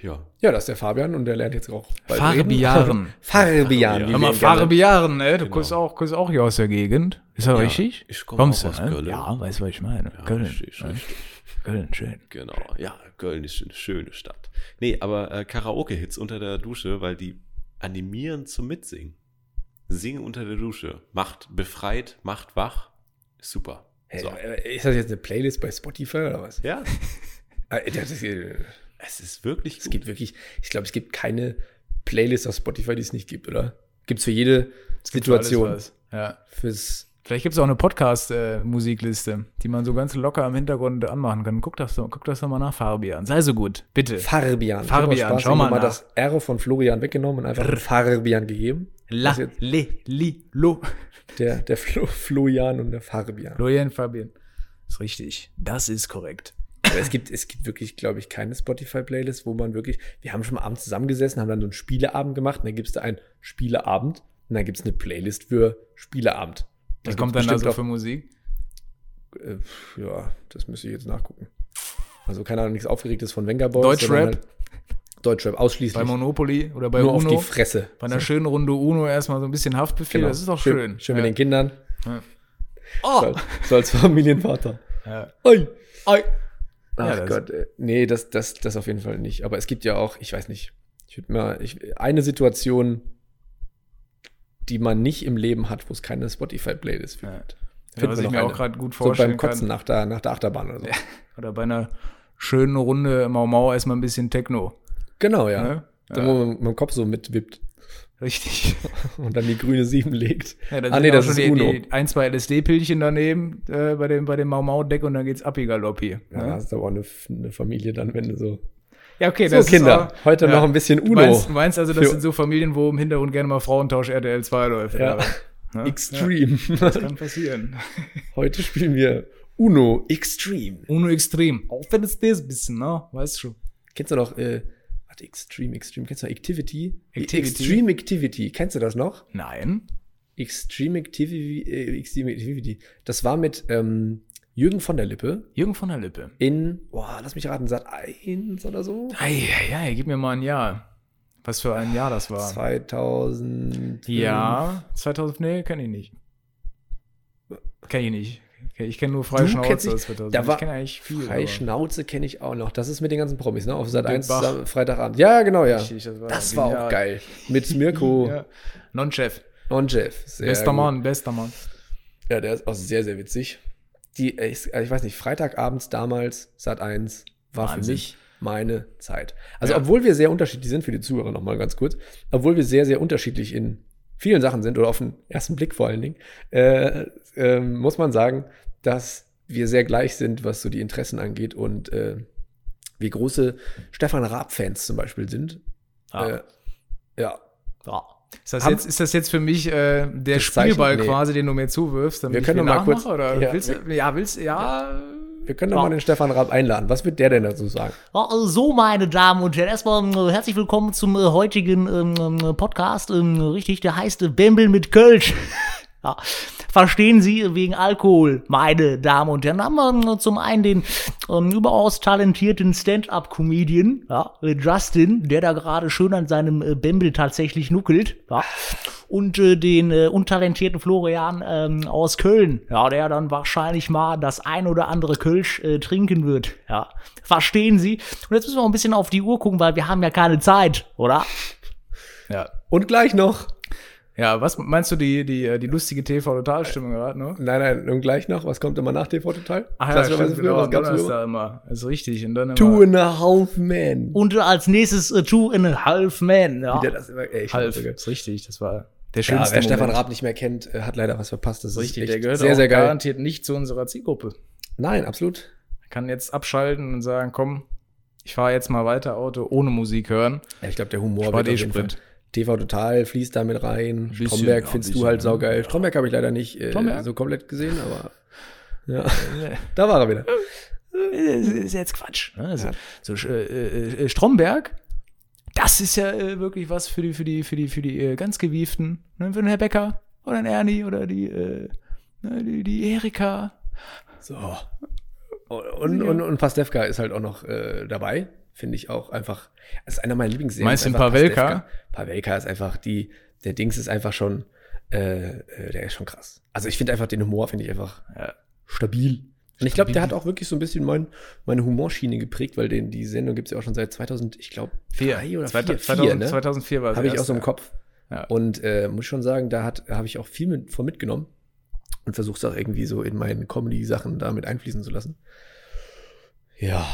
Speaker 3: Ja.
Speaker 2: Ja, das ist der Fabian und der lernt jetzt auch bald
Speaker 1: Fabian.
Speaker 2: reden. Fabian.
Speaker 1: Hör
Speaker 2: Fabian.
Speaker 1: mal, Farbiaren, ne? Du
Speaker 3: Genau.
Speaker 1: kommst, auch, kommst auch hier aus der Gegend. Ist das
Speaker 3: Ja,
Speaker 1: richtig?
Speaker 3: ich komme
Speaker 1: Kommst
Speaker 3: auch
Speaker 1: du,
Speaker 3: aus
Speaker 1: ne?
Speaker 3: Köln.
Speaker 1: Ja, weißt du, was ich meine?
Speaker 3: Ja,
Speaker 1: Köln.
Speaker 3: richtig,
Speaker 1: ne?
Speaker 3: richtig.
Speaker 1: Köln, schön.
Speaker 3: Genau, ja, Köln ist eine schöne Stadt. Nee, aber äh, Karaoke-Hits unter der Dusche, weil die animieren zum Mitsingen. Singen unter der Dusche. Macht befreit, macht wach. Super.
Speaker 2: Hey,
Speaker 3: So.
Speaker 2: äh, Ist das jetzt eine Playlist bei Spotify oder was?
Speaker 3: Ja,
Speaker 2: Äh, Das ist, äh,
Speaker 3: es ist wirklich
Speaker 2: es
Speaker 3: gut.
Speaker 2: gibt wirklich, ich glaube, es gibt keine Playlist auf Spotify, die es nicht gibt, oder? Gibt es für jede Situation.
Speaker 1: Alles was. Ja.
Speaker 2: Fürs,
Speaker 1: Vielleicht gibt es auch eine Podcast-Musikliste, die man so ganz locker im Hintergrund anmachen kann. Guck das, doch- guck das nochmal nach, Fabian. Sei so gut, bitte.
Speaker 2: Fabian. Ich hab
Speaker 1: Fabian,
Speaker 2: aus Spaß
Speaker 1: schau mal
Speaker 2: immer
Speaker 1: nach.
Speaker 2: das R von Florian weggenommen und einfach Fabian gegeben.
Speaker 1: La,
Speaker 2: Das ist
Speaker 1: le, li, lo.
Speaker 2: jetzt der der Flo, Florian und der Fabian.
Speaker 1: Florian, Fabian. Ist richtig. Das ist korrekt.
Speaker 2: Aber es gibt, es gibt wirklich, glaube ich, keine Spotify-Playlist, wo man wirklich, wir haben schon mal abends zusammengesessen, haben dann so einen Spieleabend gemacht und dann gibt es da einen Spieleabend und dann gibt es eine Playlist für Spieleabend.
Speaker 1: Das
Speaker 2: gibt's
Speaker 1: kommt dann
Speaker 2: bestimmt
Speaker 1: also für Musik.
Speaker 2: auch, äh, pf, ja, das müsste ich jetzt nachgucken. Also keine Ahnung, nichts Aufgeregtes von Venga Boys.
Speaker 1: Deutschrap?
Speaker 2: sondern Halt Deutschrap, ausschließlich.
Speaker 1: Bei Monopoly oder bei
Speaker 2: nur auf
Speaker 1: Uno.
Speaker 2: die Fresse. genau.
Speaker 1: bei einer schönen Runde Uno erstmal so ein bisschen Haftbefehl. Das ist doch schön.
Speaker 2: Schön, schön
Speaker 1: ja. Oh.
Speaker 2: mit den Oh! Kindern.
Speaker 1: Ja.
Speaker 2: So, so als Familienvater.
Speaker 1: Ja.
Speaker 2: Oi.
Speaker 1: Oi.
Speaker 2: Ach
Speaker 1: Ja, das-
Speaker 2: Gott, äh, nee, das, das, das auf jeden Fall nicht. Aber es gibt ja auch, ich weiß nicht, ich würde mal, ich, eine Situation, die man nicht im Leben hat, wo es keine Spotify-Playlist für
Speaker 1: Ja.
Speaker 2: gibt.
Speaker 1: Ja,
Speaker 2: Finden
Speaker 1: was
Speaker 2: wir
Speaker 1: ich
Speaker 2: noch
Speaker 1: mir
Speaker 2: eine.
Speaker 1: auch gerade gut
Speaker 2: So
Speaker 1: vorstellen
Speaker 2: beim Kotzen
Speaker 1: kann.
Speaker 2: nach der, nach der Achterbahn oder so.
Speaker 1: Oder bei einer schönen Runde Mau Mau erstmal ein bisschen Techno.
Speaker 2: Genau, ja.
Speaker 1: Ne?
Speaker 2: Dann, wo man mit dem Kopf so mitwippt
Speaker 1: Richtig.
Speaker 2: und dann die grüne Sieben legt.
Speaker 1: Ja, dann
Speaker 2: ah,
Speaker 1: sind
Speaker 2: nee,
Speaker 1: auch
Speaker 2: das
Speaker 1: schon
Speaker 2: ist
Speaker 1: die,
Speaker 2: Uno.
Speaker 1: Die ein, zwei LSD-Pilchen daneben äh, bei dem, bei dem Mau Mau Deck und dann geht's ab, egal ob hier.
Speaker 2: ja, da
Speaker 1: Ne?
Speaker 2: hast du aber auch eine, eine Familie dann, wenn du so.
Speaker 1: Ja, okay,
Speaker 2: So, Kinder,
Speaker 1: ist auch-
Speaker 2: heute
Speaker 1: ja.
Speaker 2: noch ein bisschen Uno.
Speaker 1: Du meinst, du meinst also, das
Speaker 2: Für-
Speaker 1: sind so Familien, wo im Hintergrund gerne mal Frauentausch RTL 2 läuft.
Speaker 2: Ja.
Speaker 1: oder was? Ne?
Speaker 2: Extreme.
Speaker 1: Ja, kann passieren.
Speaker 2: heute spielen wir Uno Extreme.
Speaker 1: Uno extrem. Auch wenn es das bisschen, ne? Weißt du.
Speaker 2: Kennst du noch, äh, warte, Extreme, Extreme, kennst du noch Activity?
Speaker 1: Activity?
Speaker 2: Extreme Activity, kennst du das noch?
Speaker 1: Nein.
Speaker 2: Extreme Activity, äh, Extreme Activity. Das war mit ähm, Jürgen von der Lippe
Speaker 1: Jürgen von der Lippe.
Speaker 2: in, boah, lass mich raten, Sat 1 oder so?
Speaker 1: Eieiei, gib mir mal ein Jahr. Was für ein Jahr das war.
Speaker 2: 2000.
Speaker 1: Ja, 2000, nee, kenne ich nicht. Kenne ich nicht. Okay, Ich kenne nur
Speaker 2: kennst
Speaker 1: Freischnauze
Speaker 2: dich-
Speaker 1: aus 2000.
Speaker 2: da war
Speaker 1: ich kenne eigentlich viel. aber-
Speaker 2: Freie Schnauze kenne ich auch noch. Das ist mit den ganzen Promis, ne? Auf Sat 1
Speaker 1: Bach.
Speaker 2: Freitagabend. Ja, genau, ja.
Speaker 1: Richtig, das war
Speaker 2: Das war auch
Speaker 1: genial.
Speaker 2: geil. Mit Mirko
Speaker 1: Ja. Non-Chef.
Speaker 2: und Jeff. Sehr
Speaker 1: Bester
Speaker 2: gut.
Speaker 1: Mann, bester Mann.
Speaker 2: Ja, der ist auch sehr, sehr witzig. Die, äh, ich, also ich weiß nicht, Freitagabends damals, Sat 1, war für
Speaker 1: Wahnsinn.
Speaker 2: mich meine Zeit. Also,
Speaker 1: Ja.
Speaker 2: obwohl wir sehr unterschiedlich sind, für die Zuhörer nochmal ganz kurz, obwohl wir sehr, sehr unterschiedlich in vielen Sachen sind oder auf den ersten Blick vor allen Dingen, äh, ähm, muss man sagen, dass wir sehr gleich sind, was so die Interessen angeht und äh, wir große Stefan Raab-Fans zum Beispiel sind. Äh, ja.
Speaker 1: Ist das,
Speaker 2: Haben-
Speaker 1: jetzt, ist das jetzt für mich äh, der
Speaker 2: Das Zeichen-
Speaker 1: Spielball
Speaker 2: nee.
Speaker 1: quasi, den du mir zuwirfst? Damit
Speaker 2: Wir
Speaker 1: ich
Speaker 2: können
Speaker 1: den
Speaker 2: noch mal kurz-
Speaker 1: nachmache, Oder
Speaker 2: Ja,
Speaker 1: willst, du- ja, willst ja.
Speaker 2: Wir können doch mal den Stefan Raab einladen. Was wird der denn dazu sagen?
Speaker 4: also So, meine Damen und Herren, erstmal äh, herzlich willkommen zum äh, heutigen ähm, ähm, Podcast. Ähm, richtig, der heißt äh, Bembel mit Kölsch. ja. Verstehen Sie äh, wegen Alkohol, meine Damen und Herren. Da haben wir äh, zum einen den ähm, überaus talentierten Stand-up-Comedian, ja, äh, Justin, der da gerade schön an seinem äh, Bembel tatsächlich nuckelt. Ja. Und äh, den äh, untalentierten Florian ähm, aus Köln, ja, der dann wahrscheinlich mal das ein oder andere Kölsch äh, trinken wird. Ja. Verstehen Sie? Und jetzt müssen wir auch ein bisschen auf die Uhr gucken, weil wir haben ja keine Zeit, oder?
Speaker 1: ja.
Speaker 2: Und gleich noch
Speaker 1: Ja, was meinst du, die, die, äh, die lustige TV-Totalstimmung gerade, ne?
Speaker 2: Nein, nein, und gleich noch, was kommt immer nach TV Total?
Speaker 1: Ach ja,
Speaker 2: Klassischerweise
Speaker 1: stimmt, genau,
Speaker 2: was
Speaker 1: am
Speaker 2: gab's früher?
Speaker 1: Donnerstag immer. Ist richtig. Und dann
Speaker 2: Two
Speaker 1: immer,
Speaker 2: and a half men.
Speaker 4: Und äh, als nächstes äh, Two and a Half Man. Ja.
Speaker 2: Wie der das immer, ey, ich
Speaker 1: Half.
Speaker 2: find's so geil.
Speaker 1: Ist richtig, das war der
Speaker 2: Ja,
Speaker 1: schönste
Speaker 2: wer Stefan
Speaker 1: Moment.
Speaker 2: Raab nicht mehr kennt, äh, hat leider was verpasst. Das ist
Speaker 1: Richtig,
Speaker 2: echt
Speaker 1: der gehört
Speaker 2: sehr,
Speaker 1: auch
Speaker 2: sehr geil.
Speaker 1: garantiert nicht zu unserer Zielgruppe.
Speaker 2: Nein, absolut.
Speaker 1: Kann jetzt abschalten und sagen, komm, ich fahre jetzt mal weiter Auto ohne Musik hören.
Speaker 2: Ja, ich glaube, der Humor
Speaker 1: Spart
Speaker 2: wird
Speaker 1: eh
Speaker 2: auf jeden
Speaker 1: Sprit.
Speaker 2: Fall- TV Total fließt damit rein.
Speaker 1: Bisschen,
Speaker 2: Stromberg
Speaker 1: ja,
Speaker 2: findest
Speaker 1: bisschen,
Speaker 2: du halt
Speaker 1: ja.
Speaker 2: saugeil. Stromberg habe ich leider nicht äh,
Speaker 1: Stromberg?
Speaker 2: so komplett gesehen, aber ja, da war er wieder.
Speaker 1: Äh, ist jetzt Quatsch. ne? Also, so, äh, äh, äh, Stromberg, das ist ja äh, wirklich was für die, für die, für die, für die äh, ganz gewieften. Ne? Für den Herr Becker oder den Ernie oder die, äh, ne, die, die Erika.
Speaker 2: Oh, So. Und, und, und Pastewka ist halt auch noch äh, dabei. Finde ich auch einfach. Das ist einer meiner Lieblingsserien.
Speaker 1: Meinst du
Speaker 2: ist
Speaker 1: den
Speaker 2: einfach
Speaker 1: Pawelka?
Speaker 2: Pastewka. Pawelka ist einfach die. Der Dings ist einfach schon. Äh, äh, der ist schon krass. Also ich finde einfach den Humor, finde ich einfach
Speaker 1: Ja.
Speaker 2: stabil. Und ich glaube, der hat auch wirklich so ein bisschen mein, meine Humorschiene geprägt, weil den, die Sendung gibt es ja auch schon seit 2000, ich glaube, drei oder
Speaker 1: Zwei-
Speaker 2: vier,
Speaker 1: 2000,
Speaker 2: vier, ne?
Speaker 1: 2004 war es.
Speaker 2: Habe ich auch so im Kopf.
Speaker 1: Ja.
Speaker 2: Und äh, muss schon sagen, da hat- habe ich auch viel mit, von mitgenommen und versuche es auch irgendwie so in meinen Comedy-Sachen damit einfließen zu lassen. Ja,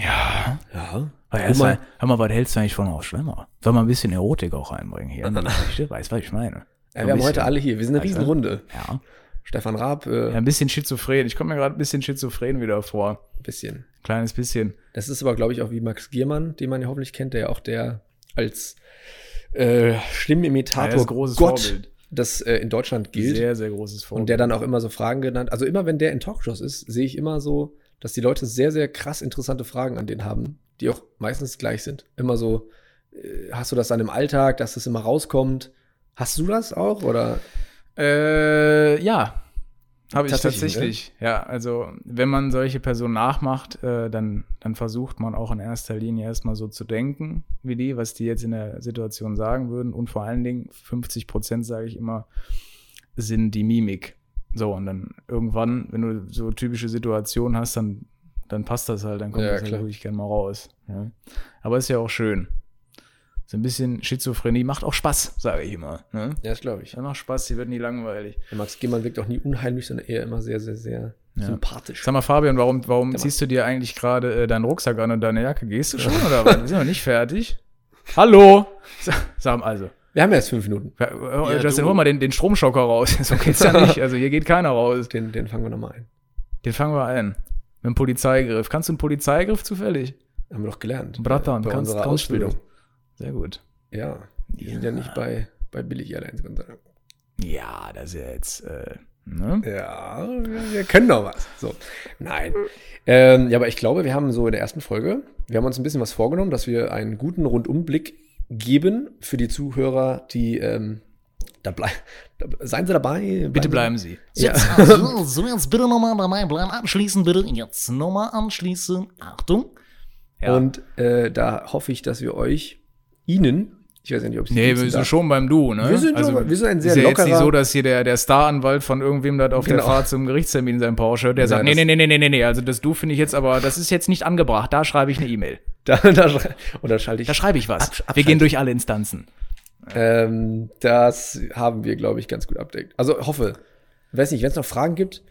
Speaker 1: Ah, Ja.
Speaker 2: ja.
Speaker 1: Aber
Speaker 2: Guck mal,
Speaker 1: erstmal, hör mal, was hältst du eigentlich von auch schlimmer? Soll mal ein bisschen Erotik auch reinbringen hier in der Geschichte? Weißt du, was ich meine?
Speaker 2: äh, wir haben heute alle hier. Wir sind eine
Speaker 1: Weißt du?
Speaker 2: Riesenrunde.
Speaker 1: Ja.
Speaker 2: Stefan Raab, äh,
Speaker 1: ja, ein bisschen schizophren. Ich komme mir gerade ein bisschen schizophren wieder vor.
Speaker 2: ein bisschen.
Speaker 1: Kleines bisschen.
Speaker 2: Das ist aber, glaube ich, auch wie Max Giermann, den man ja hoffentlich kennt, der ja auch der als äh,
Speaker 1: Ja, das
Speaker 2: Stimmenimitator
Speaker 1: ist ein großes Vorbild.
Speaker 2: das äh, in Deutschland gilt.
Speaker 1: Sehr, sehr großes Vorbild.
Speaker 2: und der dann auch immer so Fragen genannt. Also immer, wenn der in Talkshows ist, sehe ich immer so, dass die Leute sehr, sehr krass interessante Fragen an den haben, die auch meistens gleich sind. Immer so, äh, hast du das dann im Alltag, dass das immer rauskommt? Hast du das auch? Oder
Speaker 1: Äh, ja. Habe ich
Speaker 2: Tatsächlich,
Speaker 1: tatsächlich. Ja, also wenn man solche Personen nachmacht, äh, dann, dann versucht man auch in erster Linie erstmal so zu denken, wie die, was die jetzt in der Situation sagen würden. Und vor allen Dingen 50 Prozent, sage ich immer, sind die Mimik. So, und dann irgendwann, wenn du so typische Situationen hast, dann, dann passt das halt, dann kommt
Speaker 2: Ja,
Speaker 1: das
Speaker 2: klar.
Speaker 1: halt wirklich gerne mal raus. Ja. Aber ist ja auch schön. So ein bisschen Schizophrenie macht auch Spaß, sage ich immer. Ne?
Speaker 2: ja, das glaube ich.
Speaker 1: Ja, macht Spaß, die wird nie langweilig.
Speaker 2: Max Giermann wirkt auch nie unheimlich, sondern eher immer sehr, sehr, sehr
Speaker 1: Ja.
Speaker 2: sympathisch.
Speaker 1: Sag mal, Fabian, warum, warum
Speaker 2: Sag mal.
Speaker 1: ziehst du dir eigentlich gerade äh, deinen Rucksack an und deine Jacke? Gehst du schon oder was? Wir sind noch nicht fertig. Hallo! Sag, sag mal, also.
Speaker 2: Wir haben ja erst fünf Minuten.
Speaker 1: Ja, äh,
Speaker 3: Ja,
Speaker 1: Justin,
Speaker 3: du.
Speaker 1: hol mal den, den Stromschocker raus. So geht's ja nicht. Also hier geht keiner raus.
Speaker 2: Den, den fangen wir nochmal ein.
Speaker 1: Den fangen wir ein. Mit dem Polizeigriff. Kannst du einen Polizeigriff zufällig?
Speaker 2: Haben wir doch gelernt.
Speaker 1: Bratan,
Speaker 2: bei
Speaker 1: kannst-
Speaker 2: unserer
Speaker 1: kannst
Speaker 2: Ausbildung.
Speaker 1: Sehr gut.
Speaker 2: Ja, wir sind ja nicht bei, bei Billig Airlines. Gott sei Dank.
Speaker 1: Ja, das ist ja jetzt. Äh, ne?
Speaker 2: Ja, wir wir können doch was. So, nein. Ähm, ja, aber ich glaube, wir haben so in der ersten Folge, wir haben uns ein bisschen was vorgenommen, dass wir einen guten Rundumblick geben für die Zuhörer, die ähm, da bleiben. Seien Sie dabei.
Speaker 1: Bitte bleiben Sie.
Speaker 2: Sie- Ja.
Speaker 4: So, so jetzt bitte nochmal dabei bleiben. Abschließen bitte. Jetzt nochmal anschließen. Achtung.
Speaker 1: Ja.
Speaker 2: Und äh, da hoffe ich, dass wir euch, Ihnen, ich weiß ja nicht, ob Sie
Speaker 1: Nee, wir sind schon beim Du, ne?
Speaker 2: Wir sind schon- wir sind ein sehr
Speaker 1: ist ja jetzt
Speaker 2: lockerer-
Speaker 1: nicht so, dass hier der, der Staranwalt von irgendwem das auf der
Speaker 2: Genau.
Speaker 1: Fahrt zum Gerichtstermin sein Porsche, der sagt, nee,
Speaker 2: das-
Speaker 1: nee, nee, nee, nee, nee, nee, also das Du finde ich jetzt aber, das ist jetzt nicht angebracht, da schreibe ich eine E-Mail.
Speaker 2: Da, da, schrei- und da schalte ich.
Speaker 1: Da schreibe ich was.
Speaker 2: Absch-
Speaker 1: wir gehen durch alle Instanzen.
Speaker 2: Ähm, das haben wir, glaube ich, ganz gut abdeckt. Also hoffe, weiß nicht, wenn es noch Fragen gibt,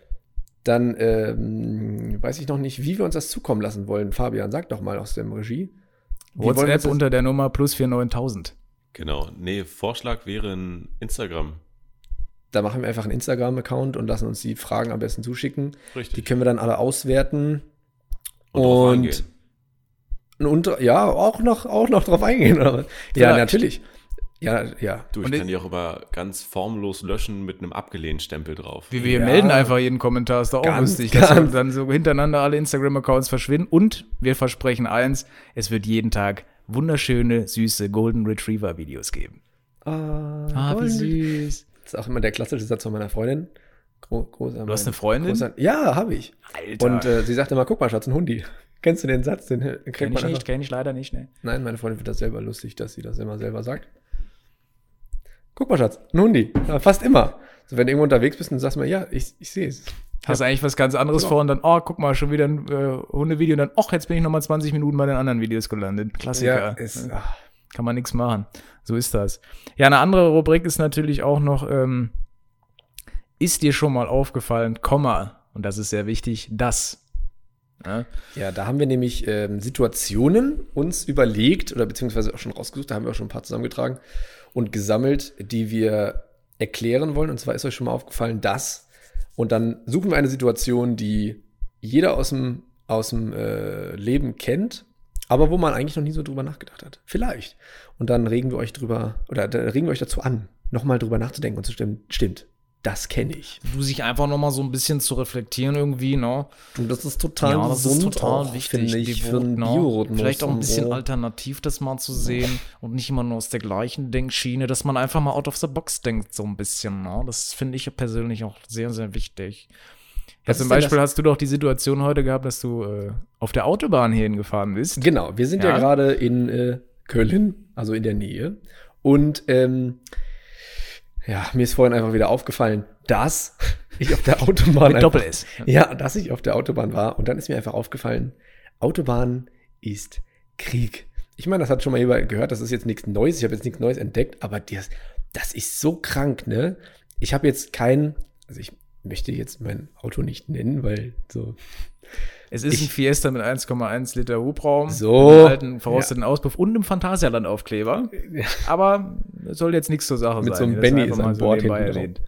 Speaker 2: dann ähm, weiß ich noch nicht, wie wir uns das zukommen lassen wollen. Fabian, sag doch mal aus dem Regie. Wie wollen wir uns
Speaker 1: WhatsApp
Speaker 2: das-
Speaker 1: unter der Nummer plus 49000.
Speaker 3: Genau. Nee, Vorschlag wäre ein Instagram.
Speaker 2: Da machen wir einfach einen Instagram-Account und lassen uns die Fragen am besten zuschicken. Die
Speaker 3: Richtig.
Speaker 2: können wir dann alle auswerten
Speaker 3: drauf
Speaker 2: und-
Speaker 3: eingehen.
Speaker 2: und ja, auch noch, auch noch drauf eingehen. Oder? was? Ja,
Speaker 1: Vielleicht.
Speaker 2: natürlich. Ja, ja.
Speaker 3: Du, ich
Speaker 1: Und
Speaker 3: kann
Speaker 1: ich-
Speaker 3: die auch immer ganz formlos löschen mit einem abgelehnt Stempel drauf.
Speaker 1: Wir, wir
Speaker 2: Ja.
Speaker 1: melden einfach jeden Kommentar, ist doch auch
Speaker 2: Ganz,
Speaker 1: lustig, dass
Speaker 2: ganz.
Speaker 1: dann so hintereinander alle Instagram-Accounts verschwinden. Und wir versprechen eins, es wird jeden Tag wunderschöne, süße Golden Retriever-Videos geben.
Speaker 2: Ah,
Speaker 1: süß.
Speaker 2: Das ist auch immer der klassische Satz von meiner Freundin. Gro großer
Speaker 1: Du hast eine Freundin?
Speaker 2: Großer, ja, habe ich.
Speaker 1: Alter.
Speaker 2: Und äh, sie sagte immer, guck mal, Schatz, ein Hundi. Kennst du den Satz? Den äh, kriegt
Speaker 1: kenn
Speaker 2: man
Speaker 1: ich
Speaker 2: einfach.
Speaker 1: nicht, kenn ich leider nicht, ne?
Speaker 2: Nein, meine Freundin findet das selber lustig, dass sie das immer selber sagt. Guck mal, Schatz, ein Hundi. Ja, fast immer. So, wenn du irgendwo unterwegs bist und sagst mal, ja, ich, ich sehe es.
Speaker 1: Hast eigentlich was ganz anderes
Speaker 2: Ja.
Speaker 1: vor und dann, oh, guck mal, schon wieder ein äh, Hundevideo und dann, oh, jetzt bin ich nochmal 20 Minuten bei den anderen Videos gelandet. Klassiker.
Speaker 2: ist,
Speaker 1: Ne?
Speaker 2: ah,
Speaker 1: Kann man nichts machen. So ist das. Ja, eine andere Rubrik ist natürlich auch noch, ähm, ist dir schon mal aufgefallen, Komma, und das ist sehr wichtig, das. Ja?
Speaker 2: ja, da haben wir nämlich ähm, Situationen uns überlegt oder beziehungsweise auch schon rausgesucht, da haben wir auch schon ein paar zusammengetragen und gesammelt, die wir erklären wollen. Und zwar ist euch schon mal aufgefallen, dass. Und dann suchen wir eine Situation, die jeder aus dem, aus dem äh, Leben kennt, aber wo man eigentlich noch nie so drüber nachgedacht hat. Vielleicht. Und dann regen wir euch drüber, oder da regen wir euch dazu an, nochmal drüber nachzudenken und zu stimmen, stimmt, das kenne ich.
Speaker 1: Du sich einfach nochmal so ein bisschen zu reflektieren irgendwie, ne?
Speaker 2: Und das ist total
Speaker 1: ja, das ist
Speaker 2: gesund
Speaker 1: total
Speaker 2: auch,
Speaker 1: wichtig.
Speaker 2: finde ich,
Speaker 1: devot,
Speaker 2: für einen
Speaker 1: ne?
Speaker 2: Biorhythmus
Speaker 1: Vielleicht auch ein
Speaker 2: und
Speaker 1: bisschen
Speaker 2: so.
Speaker 1: alternativ das mal zu sehen und nicht immer nur aus der gleichen Denkschiene, dass man einfach mal out of the box denkt, so ein bisschen. Ne? Das finde ich persönlich auch sehr, sehr wichtig. Ja,
Speaker 2: Was
Speaker 1: zum
Speaker 2: ist denn
Speaker 1: Beispiel
Speaker 2: das?
Speaker 1: hast du doch die Situation heute gehabt, dass du äh, auf der Autobahn hierhin gefahren bist.
Speaker 2: Genau, wir sind ja,
Speaker 1: Ja.
Speaker 2: gerade in äh, Köln, also in der Nähe. Und ähm, ja, mir ist vorhin einfach wieder aufgefallen, dass ich auf der Autobahn
Speaker 1: Mit
Speaker 2: einfach,
Speaker 1: Doppel-S.
Speaker 2: ja, dass ich auf der Autobahn war. Und dann ist mir einfach aufgefallen, Autobahn ist Krieg. Ich meine, das hat schon mal jemand gehört, das ist jetzt nichts Neues, ich habe jetzt nichts Neues entdeckt, aber das, das ist so krank, ne? Ich habe jetzt kein, also ich möchte jetzt mein Auto nicht nennen, weil so
Speaker 1: Es ist ein
Speaker 2: Ich-
Speaker 1: Fiesta mit 1,1 Liter Hubraum,
Speaker 2: So.
Speaker 1: einem alten verrosteten Auspuff und einem Phantasialand-Aufkleber. Aber es soll jetzt nichts zur Sache
Speaker 2: mit so
Speaker 1: sein.
Speaker 2: einem
Speaker 1: Das
Speaker 2: Benny
Speaker 1: einfach
Speaker 2: ist
Speaker 1: mal
Speaker 2: an
Speaker 1: so
Speaker 2: Bord
Speaker 1: nebenbei
Speaker 2: hinten dran.
Speaker 1: erwähnt.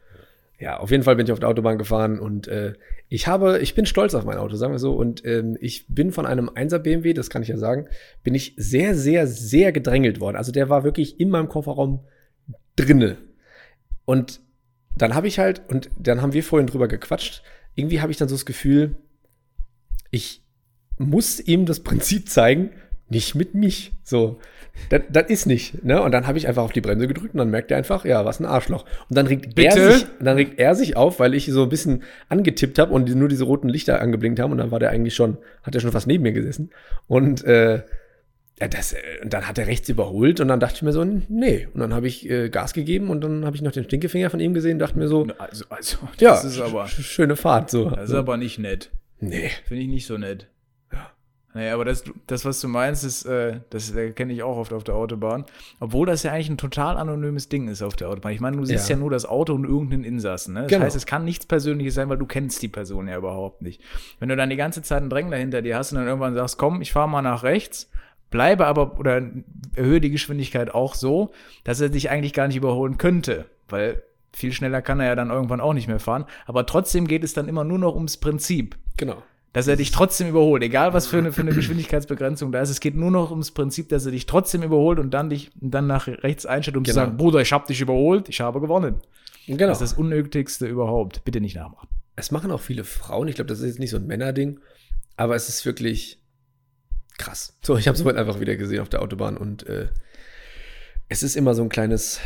Speaker 2: Ja, auf jeden Fall bin ich auf der Autobahn gefahren und äh, ich habe, ich bin stolz auf mein Auto, sagen wir so. Und ähm, ich bin von einem 1er BMW, das kann ich ja sagen, bin ich sehr, sehr, sehr gedrängelt worden. Also der war wirklich in meinem Kofferraum drinne. Und dann habe ich halt, und dann haben wir vorhin drüber gequatscht, irgendwie habe ich dann so das Gefühl, ich muss ihm das Prinzip zeigen, nicht mit mich. So, das, das ist nicht. Ne? Und dann habe ich einfach auf die Bremse gedrückt und dann merkt er einfach, ja, was ein Arschloch. Und dann regt,
Speaker 1: Bitte?
Speaker 2: er sich, dann regt er sich auf, weil ich so ein bisschen angetippt habe und die- nur diese roten Lichter angeblinkt haben. Und dann war der eigentlich schon, hat er schon fast neben mir gesessen. Und äh, ja, das, äh, und dann hat er rechts überholt und dann dachte ich mir so, nee. Und dann habe ich äh, Gas gegeben und dann habe ich noch den Stinkefinger von ihm gesehen und dachte mir so,
Speaker 1: Also, also das
Speaker 2: ja,
Speaker 1: ist aber,
Speaker 2: sch- schöne Fahrt. So.
Speaker 1: das ist aber nicht nett.
Speaker 2: nee.
Speaker 1: Finde ich nicht so nett. Naja, aber das, das was du meinst, ist, äh, das äh, kenne ich auch oft auf der Autobahn. Obwohl das ja eigentlich ein total anonymes Ding ist auf der Autobahn. Ich meine, du siehst ja,
Speaker 2: Ja.
Speaker 1: nur das Auto und irgendeinen Insassen. Ne? Das
Speaker 2: Genau.
Speaker 1: heißt, es kann nichts Persönliches sein, weil du kennst die Person ja überhaupt nicht. Wenn du dann die ganze Zeit einen Drängler hinter dir hast und dann irgendwann sagst, komm, ich fahre mal nach rechts, bleibe aber oder erhöhe die Geschwindigkeit auch so, dass er dich eigentlich gar nicht überholen könnte, weil viel schneller kann er ja dann irgendwann auch nicht mehr fahren. Aber trotzdem geht es dann immer nur noch ums Prinzip
Speaker 2: Genau.
Speaker 1: dass er dich trotzdem überholt, egal was für eine, für eine Geschwindigkeitsbegrenzung da ist. Es geht nur noch ums Prinzip, dass er dich trotzdem überholt und dann dich dann nach rechts einstellt, um zu
Speaker 2: Genau.
Speaker 1: sagen, Bruder, ich habe dich überholt, ich habe gewonnen.
Speaker 2: Genau.
Speaker 1: Das ist das Unnötigste überhaupt. Bitte nicht nachmachen.
Speaker 2: Es machen auch viele Frauen. Ich glaube, das ist jetzt nicht so ein Männerding, aber es ist wirklich krass. So, ich habe es heute einfach wieder gesehen auf der Autobahn und äh, es ist immer so ein kleines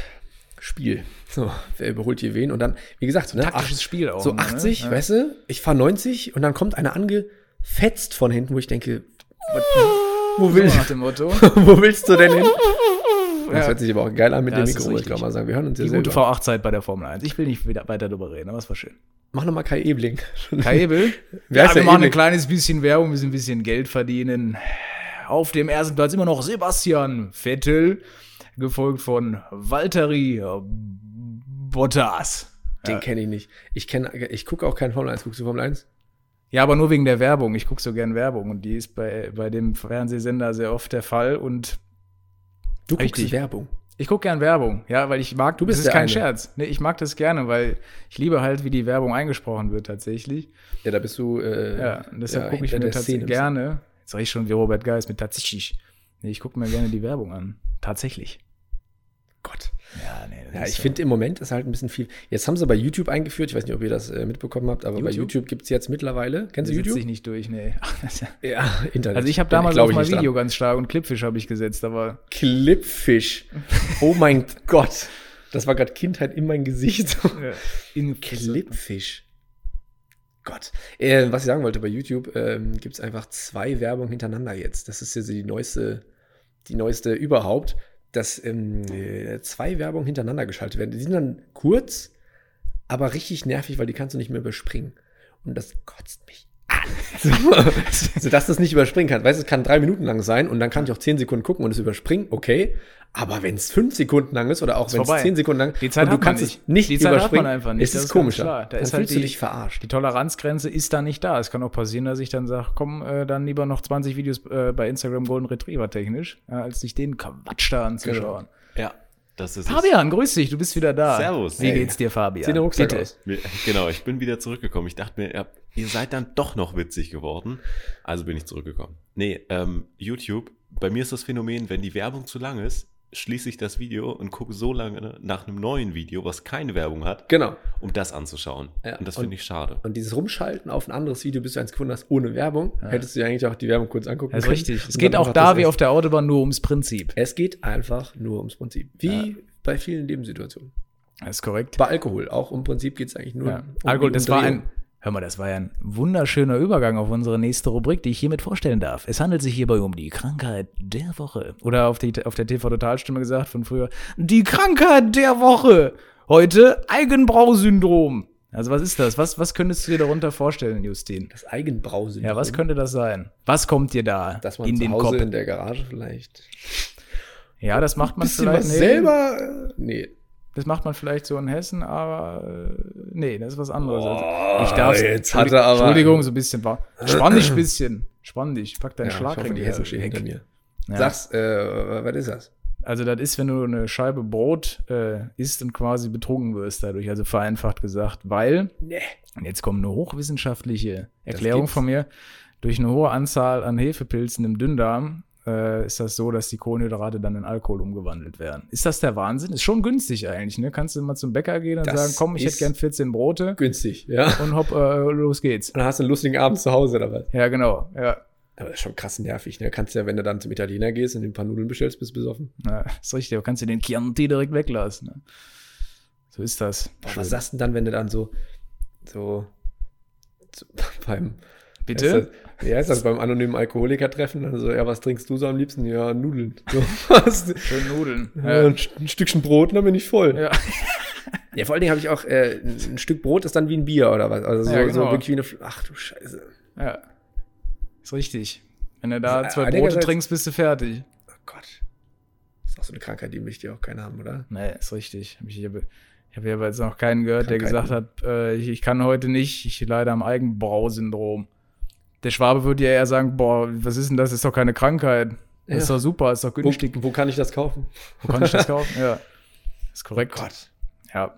Speaker 2: Spiel. So, wer überholt hier wen? Und dann, wie gesagt, ne,
Speaker 1: Taktisches
Speaker 2: ach-
Speaker 1: Spiel auch.
Speaker 2: so
Speaker 1: immer,
Speaker 2: 80,
Speaker 1: ne?
Speaker 2: weißt du, ich fahre 90 und dann kommt einer angefetzt von hinten, wo ich denke, was- wo,
Speaker 1: So
Speaker 2: will,
Speaker 1: nach dem Motto.
Speaker 2: wo willst du denn hin? Das
Speaker 1: Ja.
Speaker 2: hört sich aber auch geil an mit
Speaker 1: Ja,
Speaker 2: dem
Speaker 1: das ist
Speaker 2: Mikro. Ich
Speaker 1: richtig.
Speaker 2: glaube mal sagen, wir hören uns ja
Speaker 1: Die gute
Speaker 2: selber.
Speaker 1: V8-Zeit bei der Formel 1. Ich will nicht wieder weiter darüber reden, aber es war schön.
Speaker 2: Mach nochmal Kai Ebling.
Speaker 1: Kai Ebel.
Speaker 2: Wer
Speaker 1: ja,
Speaker 2: ist
Speaker 1: wir
Speaker 2: der
Speaker 1: machen ein
Speaker 2: Ebel?
Speaker 1: kleines bisschen Werbung, müssen ein bisschen Geld verdienen. Auf dem ersten Platz immer noch Sebastian Vettel, gefolgt von Valtteri äh, Bottas.
Speaker 2: Den kenne ich nicht. Ich kenne, ich gucke auch kein Formel 1. Guckst du Formel 1?
Speaker 1: Ja, aber nur wegen der Werbung. Ich gucke so gern Werbung und die ist bei, bei dem Fernsehsender sehr oft der Fall und
Speaker 2: Du
Speaker 1: Richtig.
Speaker 2: guckst Werbung.
Speaker 1: ich gucke gern Werbung, ja, weil ich mag, du
Speaker 2: bist
Speaker 1: das ist
Speaker 2: der
Speaker 1: kein
Speaker 2: eine.
Speaker 1: Scherz. Nee, ich mag das gerne, weil ich liebe halt, wie die Werbung eingesprochen wird tatsächlich.
Speaker 2: Ja, da bist du. Äh,
Speaker 1: Ja, und deshalb
Speaker 2: ja,
Speaker 1: gucke ich
Speaker 2: hinter
Speaker 1: mir
Speaker 2: der
Speaker 1: tatsächlich
Speaker 2: Szene.
Speaker 1: gerne. Jetzt rede ich schon wie Robert Geis mit tatsächlich. Nee, ich gucke mir gerne die Werbung an. Tatsächlich.
Speaker 2: Gott.
Speaker 1: Ja, nee, das
Speaker 2: Ja,
Speaker 1: ist
Speaker 2: ich
Speaker 1: so.
Speaker 2: finde im Moment ist halt ein bisschen viel. Jetzt haben sie bei YouTube eingeführt, ich weiß nicht, ob ihr das äh, mitbekommen habt, aber bei
Speaker 1: YouTube?
Speaker 2: YouTube gibt es jetzt mittlerweile. Kennst du
Speaker 1: Da sitze
Speaker 2: YouTube?
Speaker 1: ich nicht durch, nee. Ach, das ist ja-
Speaker 2: Ja, Internet.
Speaker 1: Also ich habe
Speaker 2: Da
Speaker 1: damals
Speaker 2: glaub
Speaker 1: auf
Speaker 2: ich
Speaker 1: mein
Speaker 2: nicht
Speaker 1: Video ganz stark und Clipfish habe ich gesetzt, aber
Speaker 2: Dran. Clipfish. Oh mein Gott. Das war gerade Kindheit in mein Gesicht.
Speaker 1: äh, in
Speaker 2: Clipfish. Gott. Äh, was ich sagen wollte, bei YouTube ähm, gibt es einfach zwei Werbung hintereinander jetzt. Das ist ja so die neueste, die neueste überhaupt, dass ähm, äh, zwei Werbung hintereinander geschaltet werden. Die sind dann kurz, aber richtig nervig, weil die kannst du nicht mehr überspringen. Und das kotzt mich. an. so, so dass du es nicht überspringen kannst. Weißt du, es kann drei Minuten lang sein und dann kann ich auch zehn Sekunden gucken und es überspringen, okay. Aber wenn es fünf Sekunden lang ist oder auch wenn es
Speaker 1: vorbei.
Speaker 2: zehn Sekunden lang
Speaker 1: Die Zeit
Speaker 2: und du
Speaker 1: hat man
Speaker 2: kannst
Speaker 1: nicht.
Speaker 2: es nicht
Speaker 1: Die Zeit hat man
Speaker 2: überspringen,
Speaker 1: einfach nicht,
Speaker 2: ist
Speaker 1: das
Speaker 2: es
Speaker 1: ist ganz
Speaker 2: komischer.
Speaker 1: klar. Da
Speaker 2: dann
Speaker 1: ist halt
Speaker 2: fühlst du
Speaker 1: die-
Speaker 2: dich verarscht.
Speaker 1: Die Toleranzgrenze ist da nicht da. Es kann auch passieren, dass ich dann sage, komm, äh, dann lieber noch 20 Videos äh, bei Instagram Golden Retriever technisch, äh, als sich den Quatsch da anzuschauen.
Speaker 3: Ja, Genau. das ist es.
Speaker 1: Fabian, grüß dich, du bist wieder da.
Speaker 3: Servus.
Speaker 1: Wie
Speaker 3: Hey.
Speaker 1: geht's dir, Fabian?
Speaker 2: Zieh den Rucksack
Speaker 1: Bitte.
Speaker 2: aus.
Speaker 3: Mir- Genau, ich bin wieder zurückgekommen. Ich dachte mir, ja, ihr seid dann doch noch witzig geworden. Also bin ich zurückgekommen. Nee, ähm, YouTube, bei mir ist das Phänomen, wenn die Werbung zu lang ist, schließe ich das Video und gucke so lange nach einem neuen Video, was keine Werbung hat,
Speaker 2: Genau.
Speaker 3: um das anzuschauen.
Speaker 2: Ja,
Speaker 3: und das
Speaker 2: und-
Speaker 3: finde ich schade.
Speaker 2: Und dieses Rumschalten auf ein anderes Video, bis du eins gefunden hast, ohne Werbung, hättest du ja eigentlich auch die Werbung kurz angucken
Speaker 1: Das ist
Speaker 2: können.
Speaker 1: richtig. Also, Es
Speaker 2: Und
Speaker 1: geht
Speaker 2: dann
Speaker 1: auch
Speaker 2: macht
Speaker 1: da
Speaker 2: das
Speaker 1: wie
Speaker 2: echt-
Speaker 1: auf der Autobahn nur ums Prinzip.
Speaker 2: Es geht einfach nur ums Prinzip. Wie bei vielen Lebenssituationen.
Speaker 1: Das ist korrekt.
Speaker 2: Bei Alkohol auch. Um Prinzip geht es eigentlich nur
Speaker 1: Ja.
Speaker 2: um
Speaker 1: Alkohol, das war ein, Hör mal, das war ja ein wunderschöner Übergang auf unsere nächste Rubrik, die ich hiermit vorstellen darf. Es handelt sich hierbei um die Krankheit der Woche. Oder auf, die, auf der TV-Totalstimme gesagt von früher, die Krankheit der Woche. Heute Eigenbrausyndrom. Also was ist das? Was, was könntest du dir darunter vorstellen, Justin?
Speaker 2: Das Eigenbrausen.
Speaker 1: Ja, was könnte das sein? Was kommt dir da
Speaker 2: Dass man
Speaker 1: in
Speaker 2: zu
Speaker 1: den
Speaker 2: Hause
Speaker 1: Kopf?
Speaker 2: in der Garage vielleicht.
Speaker 1: ja, das macht man
Speaker 2: Bisschen
Speaker 1: vielleicht
Speaker 2: was
Speaker 1: nee,
Speaker 2: selber. äh, Nee.
Speaker 1: Das macht man vielleicht so in Hessen, aber äh, nee, das ist was anderes. Also,
Speaker 2: Oh,
Speaker 1: ich darf
Speaker 2: jetzt hat er aber-
Speaker 1: Entschuldigung, so ein bisschen war. Spann dich ein bisschen. Spann dich. Pack deinen
Speaker 2: ich
Speaker 1: Schlag
Speaker 2: hoffe, die Hessen stehen hinter mir.
Speaker 1: Ja.
Speaker 2: Sag's, äh, was ist das?
Speaker 1: Also das ist, wenn du eine Scheibe Brot äh, isst und quasi betrunken wirst dadurch, also vereinfacht gesagt, weil,
Speaker 2: Nee.
Speaker 1: und jetzt kommt eine hochwissenschaftliche Erklärung
Speaker 2: gibt's.
Speaker 1: von mir, durch eine hohe Anzahl an Hefepilzen im Dünndarm äh, ist das so, dass die Kohlenhydrate dann in Alkohol umgewandelt werden. Ist das der Wahnsinn? Ist schon günstig eigentlich, ne? Kannst du mal zum Bäcker gehen und
Speaker 2: Das
Speaker 1: sagen, komm, ich hätte
Speaker 2: ist-
Speaker 1: gern 14 Brote
Speaker 2: Günstig, ja. Und
Speaker 1: und hopp, äh, los geht's.
Speaker 2: dann hast du einen lustigen Abend zu Hause oder was?
Speaker 1: Ja, genau. Ja,
Speaker 2: Aber das ist schon krass nervig, ne? Kannst ja, wenn du dann zum Italiener gehst und dir ein paar Nudeln bestellst, bist du besoffen.
Speaker 1: na, ist richtig. Aber kannst du den Chianti direkt weglassen. Ne? So ist das.
Speaker 2: Boah,
Speaker 1: Schön.
Speaker 2: was sagst du denn dann, wenn du dann so, so, so beim,
Speaker 1: Bitte?
Speaker 2: Ist das, ja, ist das beim anonymen Alkoholiker-Treffen? Also, ja, was trinkst du so am liebsten? Ja, Nudeln. So, was?
Speaker 1: Schön Nudeln.
Speaker 2: Ja. Ein, St- ein Stückchen Brot, dann bin ich voll.
Speaker 1: Ja.
Speaker 2: Ja, vor allen Dingen habe ich auch, äh, ein Stück Brot ist dann wie ein Bier oder was? Also, so,
Speaker 1: Ja, genau.
Speaker 2: so wirklich wie eine, Fl- ach du Scheiße.
Speaker 1: Ja. Ist richtig. Wenn du da
Speaker 2: Also,
Speaker 1: zwei Brote
Speaker 2: einigerseits-
Speaker 1: trinkst, bist du fertig.
Speaker 2: Oh Gott. Das ist auch so eine Krankheit, die möchte ja auch keiner haben, oder?
Speaker 1: Nee, ist richtig. Hab Ich ich habe ich hab aber jetzt noch keinen gehört, der gesagt hat,
Speaker 2: Krankheiten.
Speaker 1: äh, ich, ich kann heute nicht, ich leide am Eigenbrausyndrom. Der Schwabe würde ja eher sagen, boah, was ist denn das? Ist doch keine Krankheit. Das
Speaker 2: Ja.
Speaker 1: Ist doch super, ist doch
Speaker 2: Wo,
Speaker 1: günstig.
Speaker 2: wo kann ich das kaufen?
Speaker 1: Wo kann ich das kaufen? Ja. Ist korrekt.
Speaker 2: Oh Gott.
Speaker 1: Ja.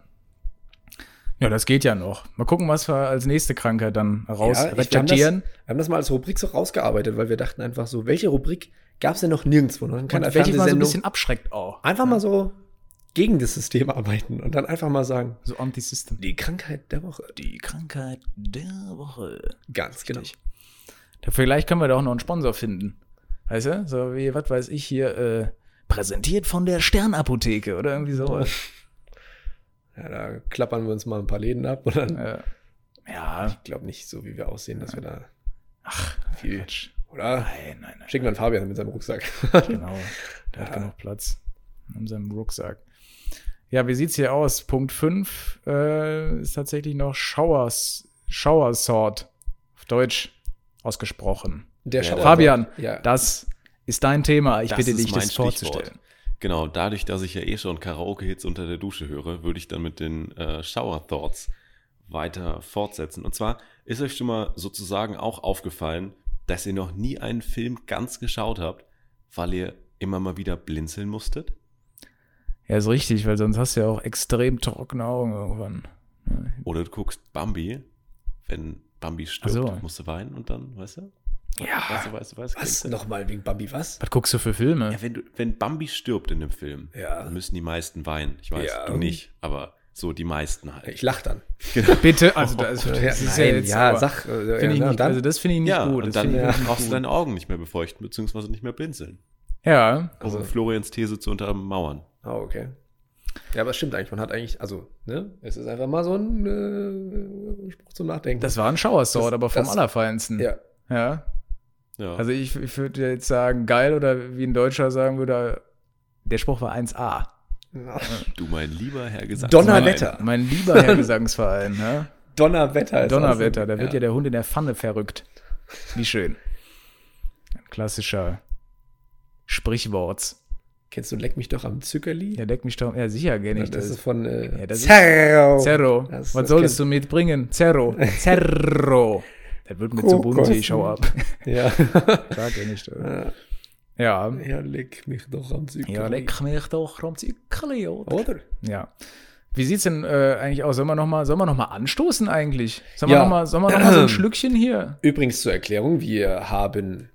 Speaker 1: Ja, das geht ja noch. Mal gucken, was wir als nächste Krankheit dann
Speaker 2: Ja, ich, wir, haben das,
Speaker 1: rausreflektieren.
Speaker 2: wir haben das mal als Rubrik so rausgearbeitet, weil wir dachten einfach so, welche Rubrik gab es denn noch nirgendwo? Und dann kann
Speaker 1: Und
Speaker 2: eine
Speaker 1: welche mal so ein
Speaker 2: Fernsehsendung
Speaker 1: bisschen abschreckt auch.
Speaker 2: einfach mal so gegen das System arbeiten und dann einfach mal sagen,
Speaker 1: So Anti-System.
Speaker 2: die Krankheit der Woche.
Speaker 1: Die Krankheit der Woche.
Speaker 2: Ganz genau.
Speaker 1: Richtig. Da vielleicht können wir da auch noch einen Sponsor finden. Weißt du? So wie, was weiß ich hier, äh, präsentiert von der Sternapotheke oder irgendwie sowas.
Speaker 2: genau. Ja, da klappern wir uns mal ein paar Läden ab und
Speaker 3: Oh.
Speaker 2: dann,
Speaker 1: Ja. ja.
Speaker 2: ich glaube nicht so, wie wir aussehen, dass wir da viel,
Speaker 1: Quatsch.
Speaker 2: oder?
Speaker 1: Nein, nein, nein.
Speaker 2: Schicken wir einen Fabian mit seinem Rucksack.
Speaker 1: Genau. Der hat
Speaker 2: Ja.
Speaker 1: genug Platz in seinem Rucksack. Ja, wie sieht's hier aus? Punkt 5 äh, ist tatsächlich noch Showers, Showersort auf Deutsch ausgesprochen.
Speaker 2: Der Schauer-
Speaker 1: Fabian,
Speaker 2: ja.
Speaker 1: das ist dein Thema. Ich
Speaker 3: Das
Speaker 1: bitte
Speaker 3: ist
Speaker 1: dich,
Speaker 3: mein
Speaker 1: das
Speaker 3: Stichwort.
Speaker 1: vorzustellen.
Speaker 3: Genau, dadurch, dass ich ja eh schon Karaoke-Hits unter der Dusche höre, würde ich dann mit den äh, Shower-Thoughts weiter fortsetzen. Und zwar ist euch schon mal sozusagen auch aufgefallen, dass ihr noch nie einen Film ganz geschaut habt, weil ihr immer mal wieder blinzeln musstet?
Speaker 1: Ja, ist richtig, weil sonst hast du ja auch extrem trockene Augen irgendwann.
Speaker 3: Oder du guckst Bambi, wenn Bambi stirbt,
Speaker 1: Ach so.
Speaker 3: musst du weinen und dann, weißt du? Weißt
Speaker 2: Ja.
Speaker 3: du, weißt du, weißt du?
Speaker 2: Was?
Speaker 3: blinzeln.
Speaker 2: Nochmal wegen Bambi, was?
Speaker 1: Was guckst du für Filme?
Speaker 3: Ja, wenn, du, wenn Bambi stirbt in dem Film,
Speaker 2: Ja.
Speaker 3: dann müssen die meisten weinen. Ich weiß,
Speaker 2: Ja.
Speaker 3: du nicht, aber so die meisten halt.
Speaker 2: Ich lach dann.
Speaker 1: Bitte, also das, das ist ja
Speaker 2: nein,
Speaker 1: jetzt.
Speaker 2: ja,
Speaker 1: aber
Speaker 2: sag, äh, ja,
Speaker 1: Finde ich
Speaker 2: na,
Speaker 1: nicht,
Speaker 2: dann-
Speaker 1: also das finde ich nicht
Speaker 3: ja,
Speaker 1: gut.
Speaker 3: und
Speaker 1: das
Speaker 3: dann
Speaker 1: finde ich wirklich
Speaker 3: brauchst
Speaker 1: nicht
Speaker 3: du deine Augen nicht mehr befeuchten, beziehungsweise nicht mehr blinzeln.
Speaker 1: gut. Ja,
Speaker 3: Um
Speaker 2: Also-
Speaker 3: Florians These zu untermauern.
Speaker 2: Ah, okay. Ja, aber es stimmt eigentlich. Man hat eigentlich, also, ne? Es ist einfach mal so ein äh, Spruch zum Nachdenken.
Speaker 1: das war ein Showersort,
Speaker 2: Das-
Speaker 1: aber vom
Speaker 2: das-
Speaker 1: Allerfeinsten.
Speaker 2: ja.
Speaker 1: ja.
Speaker 3: Ja.
Speaker 1: Also ich, ich würde jetzt sagen, geil oder wie ein Deutscher sagen würde, der Spruch war 1a.
Speaker 3: du, mein lieber Herr Gesang.
Speaker 2: Donnerwetter.
Speaker 1: Mein lieber Herr Gesangsverein. Ne?
Speaker 2: Donnerwetter. ist
Speaker 1: Donnerwetter, da
Speaker 2: awesome.
Speaker 1: wird ja der Hund in der Pfanne verrückt. Wie schön. Ein klassischer Sprichwort.
Speaker 2: Kennst du Leck mich doch am Zückerli?
Speaker 1: Ja, leck mich doch. Ja, sicher kenne
Speaker 2: Ja,
Speaker 1: ich
Speaker 2: das
Speaker 1: das.
Speaker 2: ist von äh,
Speaker 1: Ja, das ist-
Speaker 2: Zerro.
Speaker 1: Zerro.
Speaker 2: Das-
Speaker 1: Was
Speaker 2: das
Speaker 1: solltest du mitbringen? Zerro. Zerro. Das wird mir zu bunt, ich schau ab.
Speaker 2: Ja.
Speaker 1: Da kenne ich das.
Speaker 2: Ja.
Speaker 1: Ja.
Speaker 2: ja, leck mich doch am Zückerli.
Speaker 1: Ja, leck mich doch am Zickerli, oder?
Speaker 2: Oder?
Speaker 1: Ja. Wie sieht's denn äh, eigentlich aus? Sollen wir nochmal noch mal anstoßen eigentlich? Sollen wir
Speaker 2: Ja.
Speaker 1: nochmal noch mal so ein Schlückchen hier?
Speaker 2: Übrigens zur Erklärung, wir haben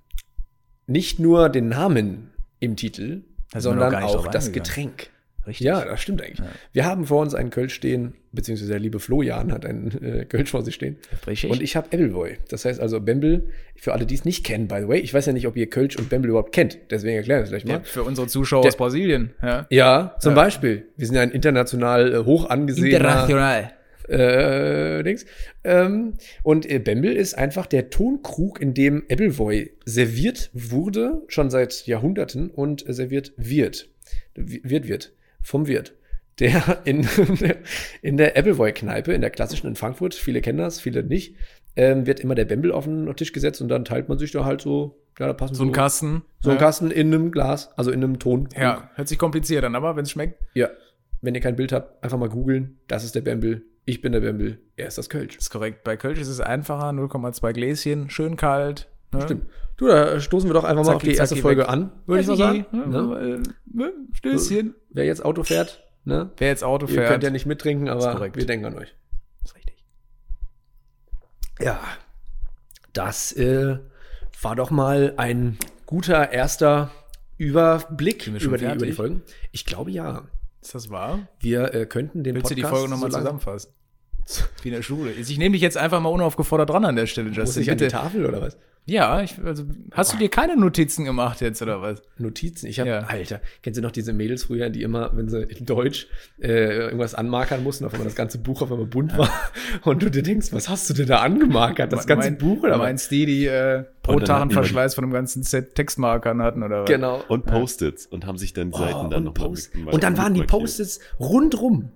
Speaker 2: nicht nur den Namen im Titel,
Speaker 1: Da sind wir noch
Speaker 2: sondern
Speaker 1: gar nicht
Speaker 2: auch
Speaker 1: drauf
Speaker 2: das
Speaker 1: eingegangen.
Speaker 2: Getränk.
Speaker 1: Richtig.
Speaker 2: Ja, das stimmt eigentlich. Wir haben vor uns einen Kölsch stehen, beziehungsweise der liebe Florian hat einen äh, Kölsch vor sich stehen.
Speaker 1: Richtig.
Speaker 2: Und ich habe Appleboy. Das heißt also Bembel, für alle, die es nicht kennen, by the way. Ich weiß ja nicht, ob ihr Kölsch und Bembel überhaupt kennt. Deswegen erkläre ich das gleich
Speaker 1: ja,
Speaker 2: mal.
Speaker 1: für unsere Zuschauer
Speaker 2: Der-
Speaker 1: aus Brasilien. Ja.
Speaker 2: Ja, zum Beispiel. Wir sind ja ein international äh, hoch angesehener äh, Dings. Ähm, und äh, Bembel ist einfach der Tonkrug, in dem Appleboy serviert wurde, schon seit Jahrhunderten und äh, serviert wird. Wi- Wird, wird. Vom Wirt. Der in, in der Appleboy-Kneipe, in der klassischen in Frankfurt, viele kennen das, viele nicht, ähm, wird immer der Bembel auf den Tisch gesetzt und dann teilt man sich da halt so, ja, da passen
Speaker 1: So ein Kasten.
Speaker 2: so ein
Speaker 1: ja.
Speaker 2: Kasten in einem Glas, also in einem Ton.
Speaker 1: Ja, hört sich kompliziert an, aber wenn es schmeckt,
Speaker 2: Ja. Wenn ihr kein Bild habt, einfach mal googeln. Das ist der Bembel. Ich bin der Bembel. Er ist das Kölsch.
Speaker 1: ist korrekt. Bei Kölsch ist es einfacher, 0,2 Gläschen, schön kalt. Ne?
Speaker 2: Stimmt. Du, da stoßen wir doch einfach mal
Speaker 1: Zacki,
Speaker 2: auf die erste
Speaker 1: zacki,
Speaker 2: Folge
Speaker 1: weg.
Speaker 2: an, würde
Speaker 1: Würde
Speaker 2: ich mal sagen. Ne?
Speaker 1: Ne? Ne? Stößchen.
Speaker 2: Wer jetzt Auto fährt, ne?
Speaker 1: Wer jetzt Auto
Speaker 2: Ihr
Speaker 1: fährt,
Speaker 2: könnt ja nicht mittrinken, aber
Speaker 1: korrekt.
Speaker 2: wir denken an euch.
Speaker 1: ist richtig.
Speaker 2: Ja. Das äh, war doch mal ein guter erster Überblick
Speaker 1: Sind wir schon
Speaker 2: über die, über die
Speaker 1: fertig?
Speaker 2: Folgen. Ich glaube ja.
Speaker 1: Ist das wahr?
Speaker 2: Wir äh, könnten den
Speaker 1: Willst du die
Speaker 2: Podcast
Speaker 1: Folge nochmal
Speaker 2: so lang-
Speaker 1: zusammenfassen? Wie in der Schule. Ich nehme dich jetzt einfach mal unaufgefordert dran an der Stelle,
Speaker 2: Muss
Speaker 1: Justin.
Speaker 2: ich an die
Speaker 1: Bitte.
Speaker 2: Tafel oder was?
Speaker 1: Ja, ich, also, hast du dir keine Notizen gemacht jetzt oder was?
Speaker 2: Notizen. Ich habe,
Speaker 1: Ja.
Speaker 2: Alter, kennst du noch diese Mädels früher, die immer, wenn sie in Deutsch äh, irgendwas anmarkern mussten, auf einmal das ganze Buch auf einmal bunt war und du dir denkst, was hast du denn da angemarkert? Das ganze
Speaker 1: Mein-
Speaker 2: Buch oder was? Oh,
Speaker 1: Meinst du die, die äh, pro
Speaker 3: Und dann hatten die immer
Speaker 1: Verschleiß von dem ganzen Set Textmarkern hatten oder was?
Speaker 2: Genau.
Speaker 3: Und Post-its und haben sich dann die
Speaker 2: Oh,
Speaker 3: Seiten dann
Speaker 2: und,
Speaker 3: nochmal
Speaker 2: Post und dann waren die
Speaker 3: markiert.
Speaker 2: Post-its rundrum.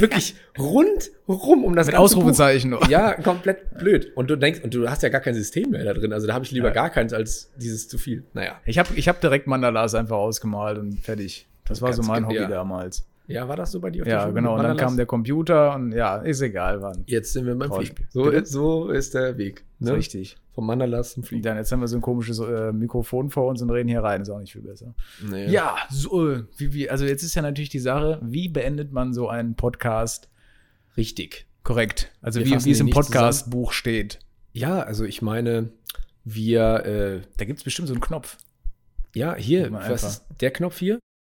Speaker 2: wirklich rundrum um das
Speaker 1: Mit
Speaker 2: ganze Buch.
Speaker 1: Ausrufezeichen noch.
Speaker 2: Ja, komplett blöd. Und du denkst, und du hast ja gar kein System mehr da drin. Also da habe ich lieber gar keins als dieses zu viel. Naja.
Speaker 1: Ich habe ich hab direkt Mandalas einfach ausgemalt und fertig. Das war so
Speaker 2: Ganz
Speaker 1: mein
Speaker 2: gen-
Speaker 1: Hobby
Speaker 2: ja.
Speaker 1: damals.
Speaker 2: Ja, war das so bei dir? auf der
Speaker 1: Ja,
Speaker 2: Schule mit
Speaker 1: genau. Und dann
Speaker 2: Mandalas?
Speaker 1: kam der Computer und ja, ist egal wann.
Speaker 2: Jetzt sind wir beim Fliegen.
Speaker 1: Rollenspiel.
Speaker 2: So,
Speaker 1: Bitte?
Speaker 2: ist- so ist der Weg.
Speaker 1: Ist
Speaker 2: Ne?
Speaker 1: Richtig.
Speaker 2: Vom Mandalas zum Fliegen.
Speaker 1: Dann, jetzt haben wir so ein komisches äh, Mikrofon vor uns und reden hier rein. Ist auch nicht viel besser.
Speaker 2: Nee.
Speaker 1: Ja, so, äh, wie, wie, also jetzt ist ja natürlich die Sache, wie beendet man so einen Podcast
Speaker 2: Richtig.
Speaker 1: korrekt? Also
Speaker 2: Wir
Speaker 1: wie,
Speaker 2: fassen
Speaker 1: wie es
Speaker 2: ihn
Speaker 1: im
Speaker 2: nicht
Speaker 1: Podcast-Buch steht.
Speaker 2: Ja, also ich meine, wir, äh,
Speaker 1: Da gibt es bestimmt so einen Knopf.
Speaker 2: ja, hier,
Speaker 1: Mal
Speaker 2: was
Speaker 1: einfach.
Speaker 2: ist der Knopf hier?